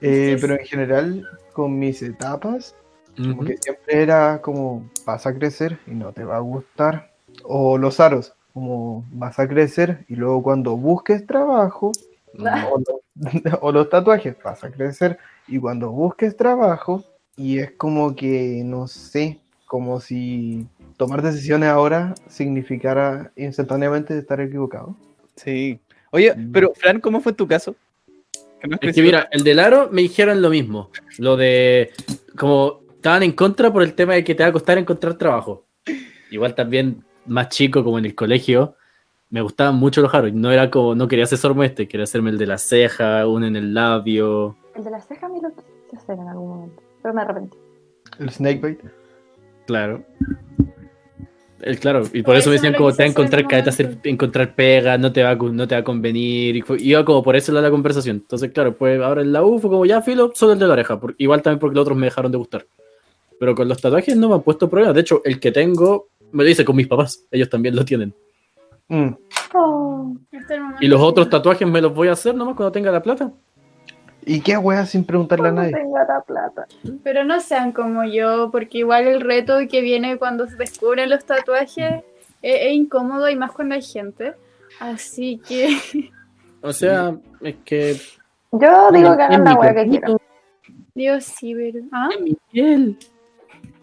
Speaker 3: Eh,
Speaker 1: Sí,
Speaker 3: pero en general, con mis etapas, como
Speaker 5: Ujú.
Speaker 3: que siempre era como, vas a crecer y no te va a gustar. O los aros, como, vas a crecer y luego cuando busques trabajo, o, lo- o los tatuajes, vas a crecer. Y cuando busques trabajo, y es como que, no sé, como si tomar decisiones ahora significara instantáneamente estar equivocado.
Speaker 6: Sí. Oye, pero Fran, ¿cómo fue tu caso? Que no has
Speaker 5: Es que
Speaker 6: crecido.
Speaker 5: mira, el del aro me dijeron lo mismo. Lo de como estaban en contra por el tema de que te va a costar encontrar trabajo. Igual también más chico como en el colegio me gustaban mucho los aros. No era como no quería hacer sormo este, quería hacerme el de la ceja, uno en el labio.
Speaker 4: El de la ceja me lo quise hacer en algún momento, pero me arrepentí.
Speaker 3: El snakebite.
Speaker 5: Claro. El, claro, y por
Speaker 1: Ah,
Speaker 5: eso me
Speaker 1: eso me
Speaker 5: decían
Speaker 1: lo
Speaker 5: como
Speaker 1: quise
Speaker 5: te
Speaker 1: hacer
Speaker 5: va a
Speaker 1: en
Speaker 5: encontrar
Speaker 1: un
Speaker 5: caleta, hacer-
Speaker 1: momento.
Speaker 5: encontrar pega, no te va a, cu- no te va a convenir. Y fue- iba como por eso la, la conversación. Entonces, claro, pues ahora en la U fue como ya filo, solo el de la oreja. por- igual también porque los otros me dejaron de gustar. Pero con los tatuajes no me han puesto problemas. De hecho, el que tengo me lo hice con mis papás. Ellos también lo tienen.
Speaker 3: Mm.
Speaker 4: Oh.
Speaker 1: Hasta Este el momento
Speaker 5: Y los
Speaker 1: sí.
Speaker 5: otros tatuajes me los voy a hacer nomás cuando tenga la plata.
Speaker 3: ¿Y qué wea sin preguntarle a
Speaker 4: Cuando
Speaker 3: nadie?
Speaker 4: tenga la plata.
Speaker 1: Pero no sean como yo, porque igual el reto que viene cuando se descubren los tatuajes es, es incómodo y más cuando hay gente. Así que
Speaker 5: O sea, es que.
Speaker 4: Yo digo
Speaker 5: Miren,
Speaker 4: que
Speaker 5: en
Speaker 4: hagan la
Speaker 5: mi
Speaker 4: wea que quieran.
Speaker 1: digo sí, pero. ¿Ah?
Speaker 5: Miguel.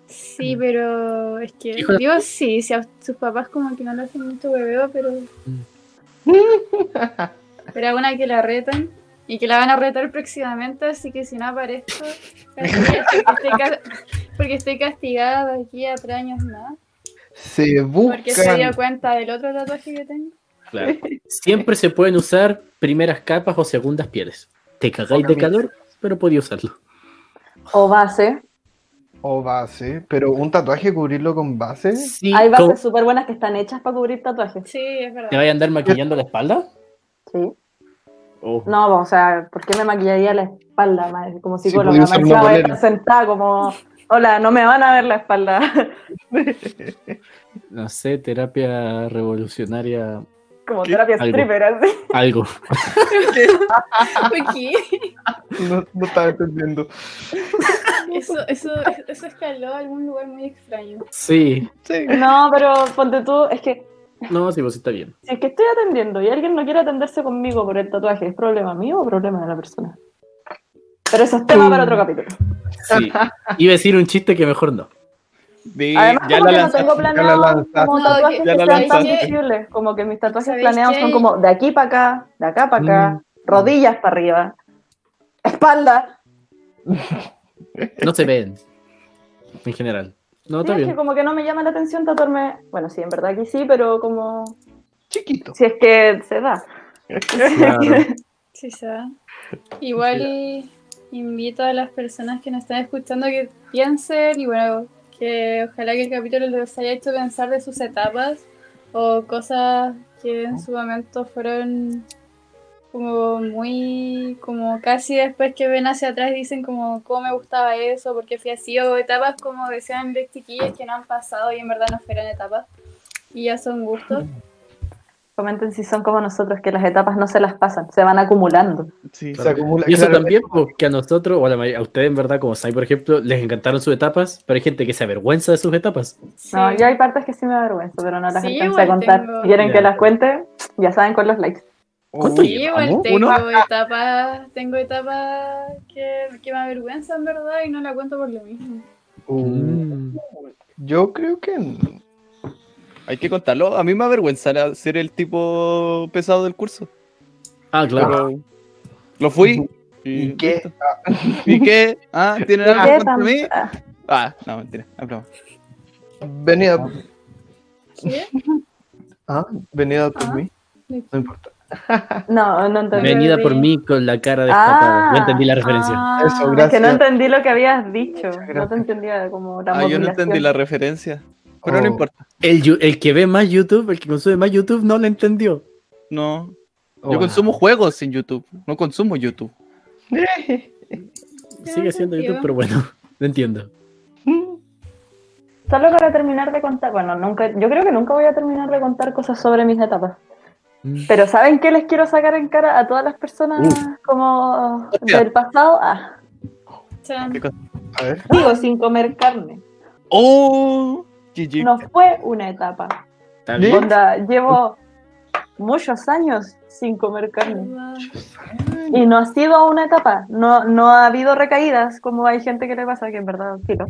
Speaker 1: Sí, pero es que.
Speaker 5: Hijo de-
Speaker 1: Digo sí, si a sus papás como que no le hacen mucho bebeo, pero. Pero a una que la retan y que la van a retar próximamente, así que si no aparezco. porque estoy ca- Porque estoy castigada de aquí a tres años más.
Speaker 3: Se
Speaker 1: Porque se dio
Speaker 3: buscan.
Speaker 1: cuenta del otro tatuaje que tengo.
Speaker 5: Claro. Siempre se pueden usar primeras capas o segundas pieles. Te cagáis de calor, pero podía usarlo.
Speaker 4: O base.
Speaker 3: O base, pero un tatuaje, cubrirlo con base.
Speaker 5: Sí,
Speaker 4: Hay
Speaker 5: como-
Speaker 4: bases súper buenas que están hechas para cubrir tatuajes.
Speaker 1: Sí, es verdad.
Speaker 5: ¿Te vaya a andar maquillando la espalda?
Speaker 4: Sí.
Speaker 5: Oh.
Speaker 4: No, o sea, ¿por qué me maquillaría la espalda madre? como psicóloga?
Speaker 3: podía
Speaker 4: Me
Speaker 3: usar una
Speaker 4: pensaba
Speaker 3: polera.
Speaker 4: estar sentada como, hola, no me van a ver la espalda.
Speaker 5: No sé, terapia revolucionaria.
Speaker 4: como terapia
Speaker 5: Algo.
Speaker 4: stripper, así.
Speaker 5: Algo.
Speaker 1: ¿Por qué?
Speaker 3: No, no estaba entendiendo.
Speaker 1: Eso, eso, eso escaló a algún lugar muy extraño.
Speaker 5: Sí.
Speaker 6: Sí.
Speaker 4: No, pero ponte tú, es que
Speaker 5: No, sí, pues está bien.
Speaker 4: si es que estoy atendiendo y alguien no quiere atenderse conmigo por el tatuaje, ¿es problema mío o problema de la persona? Pero eso es tema para otro capítulo.
Speaker 5: Sí. Iba a decir un chiste que mejor no.
Speaker 6: De,
Speaker 4: Además,
Speaker 5: ya
Speaker 4: como
Speaker 5: la
Speaker 4: que no
Speaker 5: lanzaste.
Speaker 4: tengo planeado
Speaker 3: lanzaste.
Speaker 4: como
Speaker 1: No,
Speaker 4: tatuajes
Speaker 1: que-
Speaker 4: que
Speaker 6: Ya la
Speaker 4: sean tan
Speaker 1: lanzaste.
Speaker 4: visibles. Como que mis tatuajes
Speaker 1: ¿Sabéis
Speaker 4: planeados
Speaker 1: qué?
Speaker 4: son como de aquí para acá, de acá para acá, rodillas para arriba, espalda.
Speaker 5: No se ven. En general. No,
Speaker 4: Sí,
Speaker 5: está
Speaker 4: es que
Speaker 5: bien.
Speaker 4: como que no me llama la atención tatuarme. Bueno, sí, en verdad que sí, pero como
Speaker 3: Chiquito.
Speaker 4: si es que se da.
Speaker 5: Claro.
Speaker 1: Sí, se da. Igual invito a las personas que nos están escuchando que piensen y bueno, que ojalá que el capítulo les haya hecho pensar de sus etapas o cosas que en su momento fueron como muy, como casi después que ven hacia atrás dicen como cómo me gustaba eso, porque fui así, o etapas como decían de chiquillas que no han pasado y en verdad no fueron etapas y ya son gustos.
Speaker 4: Comenten si son como nosotros, que las etapas no se las pasan, se van acumulando.
Speaker 3: Sí, se
Speaker 5: Claro.
Speaker 3: acumula.
Speaker 5: Y eso
Speaker 3: claro,
Speaker 5: también, porque a nosotros, o a, la may- a ustedes en verdad, como Sai, por ejemplo, les encantaron sus etapas, pero hay gente que se avergüenza de sus etapas.
Speaker 4: No,
Speaker 1: Sí.
Speaker 4: yo hay partes que sí me da vergüenza, pero no las
Speaker 1: Sí,
Speaker 4: alcancé a
Speaker 1: igual
Speaker 4: contar.
Speaker 1: tengo-
Speaker 4: ¿Quieren
Speaker 5: Ya.
Speaker 4: que las cuente? Ya saben con los likes.
Speaker 5: ¿Cuánto
Speaker 1: Sí,
Speaker 5: llevamos?
Speaker 1: igual tengo
Speaker 5: ¿Uno?
Speaker 1: etapas, tengo etapas que, que me avergüenzan, ¿verdad? Y no la cuento por lo mismo.
Speaker 3: Uh,
Speaker 5: Mm.
Speaker 3: Yo creo que no.
Speaker 6: Hay que contarlo. A mí me avergüenza ser el tipo pesado del curso.
Speaker 5: Ah, claro.
Speaker 6: Pero lo fui.
Speaker 3: ¿Y qué?
Speaker 6: ¿Y qué? Ah, ¿tienen algo
Speaker 4: ¿Qué
Speaker 6: contra
Speaker 4: tan-
Speaker 6: mí?
Speaker 4: ah,
Speaker 6: Ah, no, mentira. es broma.
Speaker 3: Venía.
Speaker 6: Ah.
Speaker 1: ¿Qué?
Speaker 3: Ah, venida por
Speaker 1: Ah.
Speaker 3: mí. No importa.
Speaker 4: ah, No, no entendí.
Speaker 5: Venida
Speaker 1: Pero-
Speaker 5: por mí con la cara despatada. Yo entendí la referencia.
Speaker 4: ah,
Speaker 3: Eso,
Speaker 4: Es que no
Speaker 3: gracias.
Speaker 4: entendí lo que habías dicho. No
Speaker 3: gracias.
Speaker 4: te entendía como la
Speaker 6: Ah, yo no
Speaker 4: modulación.
Speaker 6: entendí la referencia. Pero no
Speaker 3: Oh.
Speaker 6: importa.
Speaker 5: El, yu- el que ve más YouTube, el que consume más YouTube, no la entendió.
Speaker 6: No.
Speaker 3: Oh.
Speaker 6: Yo consumo juegos en YouTube. No consumo YouTube.
Speaker 5: Sigue siendo
Speaker 1: entendió.
Speaker 5: YouTube, pero bueno, no entiendo.
Speaker 4: Solo para terminar de contar, bueno, nunca, yo creo que nunca voy a terminar de contar cosas sobre mis etapas.
Speaker 5: Mm.
Speaker 4: Pero ¿saben qué les quiero sacar en cara a todas las personas como
Speaker 6: Hostia.
Speaker 4: del pasado? Ah, Oh.
Speaker 1: Chan.
Speaker 3: A ver.
Speaker 4: digo, sin comer carne.
Speaker 6: ¡Oh! GG.
Speaker 4: No fue una etapa.
Speaker 5: Está bien.
Speaker 4: Onda, llevo muchos años sin comer carne.
Speaker 1: Ah,
Speaker 4: Y no ha sido una etapa. No, no ha habido recaídas, como hay gente que le pasa, que en verdad, filo,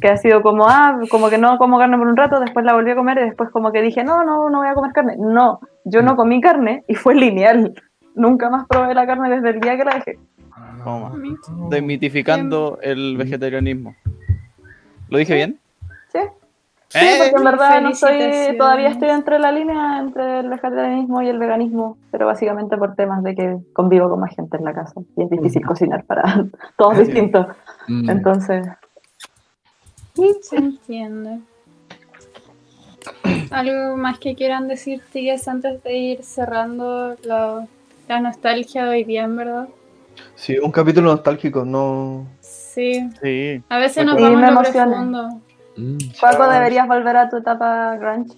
Speaker 4: Que ha sido como, ah, como que no como carne por un rato, después la volví a comer y después como que dije, no, no, no voy a comer carne. No, yo no comí carne y fue lineal. Nunca más probé la carne desde el día que la dejé.
Speaker 6: Ah, Toma.
Speaker 1: mi-
Speaker 6: Desmitificando el vegetarianismo. ¿Lo dije bien?
Speaker 4: ¿Sí? Sí,
Speaker 6: ¡Eh!
Speaker 4: porque en verdad no soy,
Speaker 1: Felicitaciones.
Speaker 4: todavía estoy entre la línea entre el vegetarianismo y el veganismo, pero básicamente por temas de que convivo con más gente en la casa y es difícil cocinar para todos distintos.
Speaker 5: Mm.
Speaker 4: Entonces,
Speaker 1: Se entiende. ¿Algo más que quieran decir, tías, antes de ir cerrando la, la nostalgia de hoy día, en verdad?
Speaker 3: Sí, un capítulo nostálgico, no.
Speaker 1: Sí,
Speaker 6: Sí.
Speaker 1: a veces nos
Speaker 4: Sí,
Speaker 1: vamos
Speaker 4: me
Speaker 1: a lo
Speaker 4: emociona.
Speaker 1: profundo.
Speaker 5: Mm.
Speaker 3: Ah,
Speaker 4: Paco, deberías volver a tu etapa grunge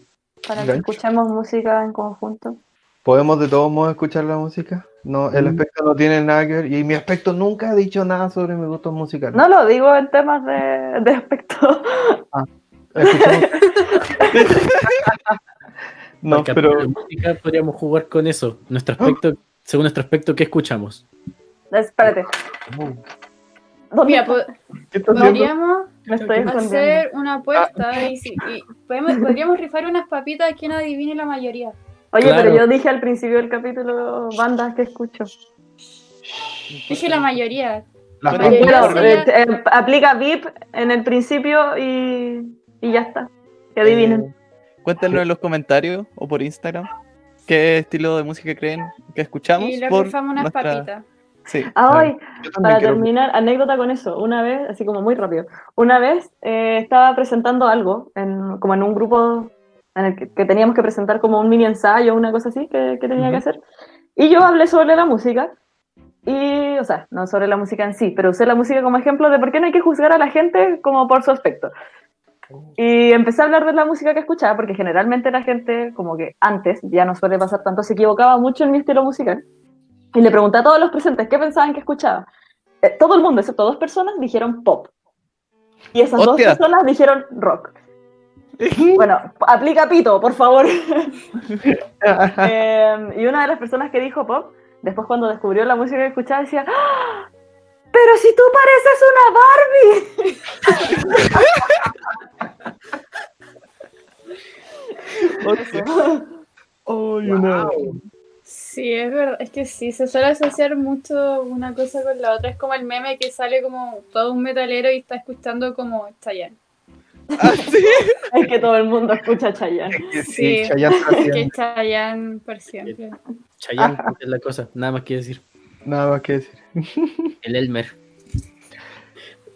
Speaker 4: para que
Speaker 3: Grunge.
Speaker 4: escuchemos música en conjunto.
Speaker 3: ¿Podemos de todos modos escuchar la música? No, el
Speaker 5: Mm.
Speaker 3: aspecto no tiene nada que ver. Y mi aspecto nunca ha dicho nada sobre mis gustos musicales.
Speaker 4: No lo digo en temas de, de aspecto.
Speaker 3: Escuchemos- no,
Speaker 5: Porque
Speaker 3: pero
Speaker 5: aparte de música podríamos jugar con eso. Nuestro aspecto, según nuestro aspecto, ¿qué escuchamos?
Speaker 4: Espérate. ¿Dónde
Speaker 1: Mira, pues,
Speaker 4: está?
Speaker 1: po-
Speaker 3: ¿qué está haciendo?
Speaker 1: podríamos
Speaker 4: me estoy escondiendo?
Speaker 1: hacer una apuesta y, si- y podemos- podríamos rifar unas papitas a quien adivine la mayoría.
Speaker 4: Oye,
Speaker 5: Claro.
Speaker 4: pero yo dije al principio del capítulo bandas que escucho.
Speaker 1: Dije la mayoría.
Speaker 3: Las
Speaker 6: Pero-
Speaker 3: papas.
Speaker 4: Claro,
Speaker 1: Pero
Speaker 4: eh,
Speaker 1: sí
Speaker 4: eh, aplica VIP en el principio y, y ya está. Que adivinen.
Speaker 6: Eh, cuéntenos en los comentarios o por Instagram qué estilo de música creen que escuchamos.
Speaker 1: Y le
Speaker 6: por
Speaker 1: rifamos unas
Speaker 6: nuestra-
Speaker 1: papitas.
Speaker 6: Sí.
Speaker 4: Ah, hoy,
Speaker 3: Yo también
Speaker 4: para
Speaker 3: quiero-
Speaker 4: terminar, anécdota con eso. Una vez, así como muy rápido, una vez eh, estaba presentando algo, en, como en un grupo en el que, que teníamos que presentar como un mini ensayo, una cosa así que, que tenía que hacer. Y yo hablé sobre la música. Y, o sea, no sobre la música en sí, pero usé la música como ejemplo de por qué no hay que juzgar a la gente como por su aspecto.
Speaker 3: Oh.
Speaker 4: Y empecé a hablar de la música que escuchaba, porque generalmente la gente, como que antes, ya no suele pasar tanto, se equivocaba mucho en mi estilo musical. Y le pregunté a todos los presentes qué pensaban que escuchaba. Eh, todo el mundo, excepto dos personas, dijeron pop. Y esas
Speaker 6: Hostia.
Speaker 4: dos personas dijeron rock. Bueno, aplica pito, por favor. Eh, y una de las personas que dijo pop, después cuando descubrió la música que escuchaba, decía, "¡Ah! pero si tú pareces una Barbie.
Speaker 3: Oh, you know.
Speaker 1: Sí, es verdad, es que sí, se suele asociar mucho una cosa con la otra. Es como el meme que sale como todo un metalero y está escuchando como Chayanne.
Speaker 4: Es que todo el mundo escucha a Chayanne.
Speaker 3: Que
Speaker 1: Sí.
Speaker 3: sí, Chayanne está
Speaker 1: Es que
Speaker 3: haciendo.
Speaker 1: Chayanne por siempre.
Speaker 5: Chayanne es la cosa, nada más que decir.
Speaker 3: Nada más que decir.
Speaker 5: El Elmer.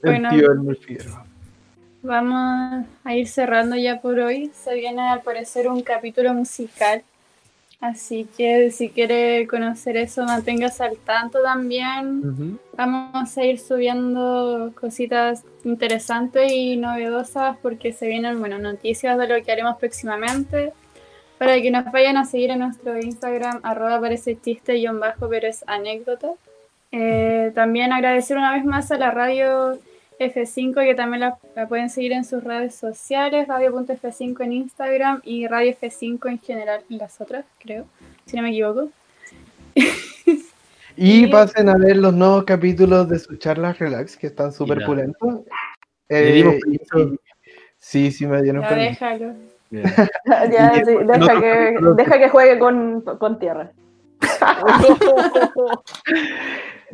Speaker 3: El
Speaker 1: Bueno.
Speaker 3: tío del Mulfiero.
Speaker 1: Vamos a ir cerrando ya por hoy. Se viene al parecer un capítulo musical. Así que si quiere conocer eso, manténgase al tanto también. Vamos a ir subiendo cositas interesantes y novedosas porque se vienen bueno, noticias de lo que haremos próximamente. Para que nos vayan a seguir en nuestro Instagram, arroba parece chiste guión bajo, pero es anécdota. Eh, también agradecer una vez más a la radio F5, que también la, la pueden seguir en sus redes sociales, radio.f5 en Instagram y radio F5 en general en las otras, creo, si no me equivoco.
Speaker 3: Y
Speaker 1: Y-
Speaker 3: pasen a ver los nuevos capítulos de sus charlas relax, que están súper
Speaker 5: Mira.
Speaker 3: pulentos.
Speaker 5: Le dimos
Speaker 3: Eh, y- sí, sí, me dieron
Speaker 1: Ya
Speaker 3: permiso.
Speaker 1: déjalo.
Speaker 4: Ya, sí, deja, que, deja que juegue con, con tierra.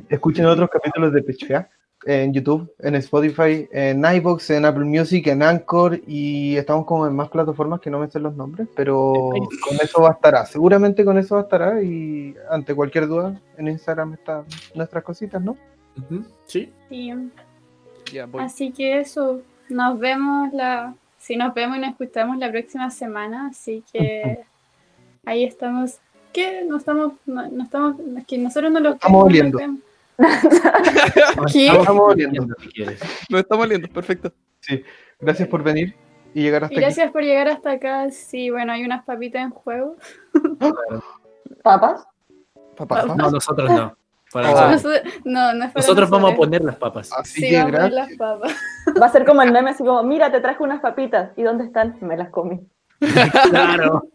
Speaker 3: Escuchen otros capítulos de Pechea en YouTube, en Spotify, en iBox, en Apple Music, en Anchor y estamos como en más plataformas que no me sé los nombres, pero con eso bastará. Seguramente con eso bastará y ante cualquier duda en Instagram están nuestras cositas, ¿no?
Speaker 5: Sí.
Speaker 1: Sí.
Speaker 6: Ya, voy.
Speaker 1: Así que eso, nos vemos la, si nos vemos y nos escuchamos la próxima semana, así que ahí estamos. ¿Qué? No estamos, no, no estamos, es que nosotros no lo
Speaker 3: Estamos
Speaker 1: no lo
Speaker 3: oliendo.
Speaker 1: vemos.
Speaker 5: ¿Qué?
Speaker 3: Estamos viendo.
Speaker 5: Si quieres.
Speaker 6: Nos estamos liando, perfecto.
Speaker 3: Gracias por venir y llegar
Speaker 1: Y
Speaker 3: hasta aquí.
Speaker 1: gracias por llegar hasta acá. Sí, bueno, hay unas papitas en juego.
Speaker 4: ¿Papas?
Speaker 3: Papá.
Speaker 5: No, nosotros no. Para
Speaker 3: Ah.
Speaker 5: nosotros.
Speaker 1: Nosotros- No, no es para
Speaker 5: Nosotros vamos a
Speaker 1: nosotros.
Speaker 5: poner las papas.
Speaker 3: Así
Speaker 1: Sí,
Speaker 3: que
Speaker 1: vamos a ver
Speaker 3: gracias.
Speaker 1: las papas.
Speaker 4: Va a ser como el meme, así como, mira, te traje unas papitas. ¿Y dónde están? Me las comí.
Speaker 5: Ah. Claro.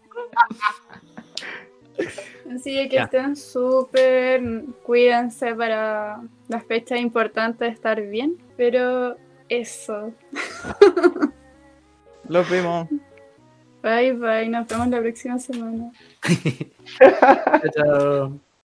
Speaker 1: Así que
Speaker 5: Ya.
Speaker 1: estén súper, cuídense para las fechas importantes, estar bien. Pero eso,
Speaker 6: Los vemos.
Speaker 1: bye bye, nos vemos la próxima semana.
Speaker 5: Chao.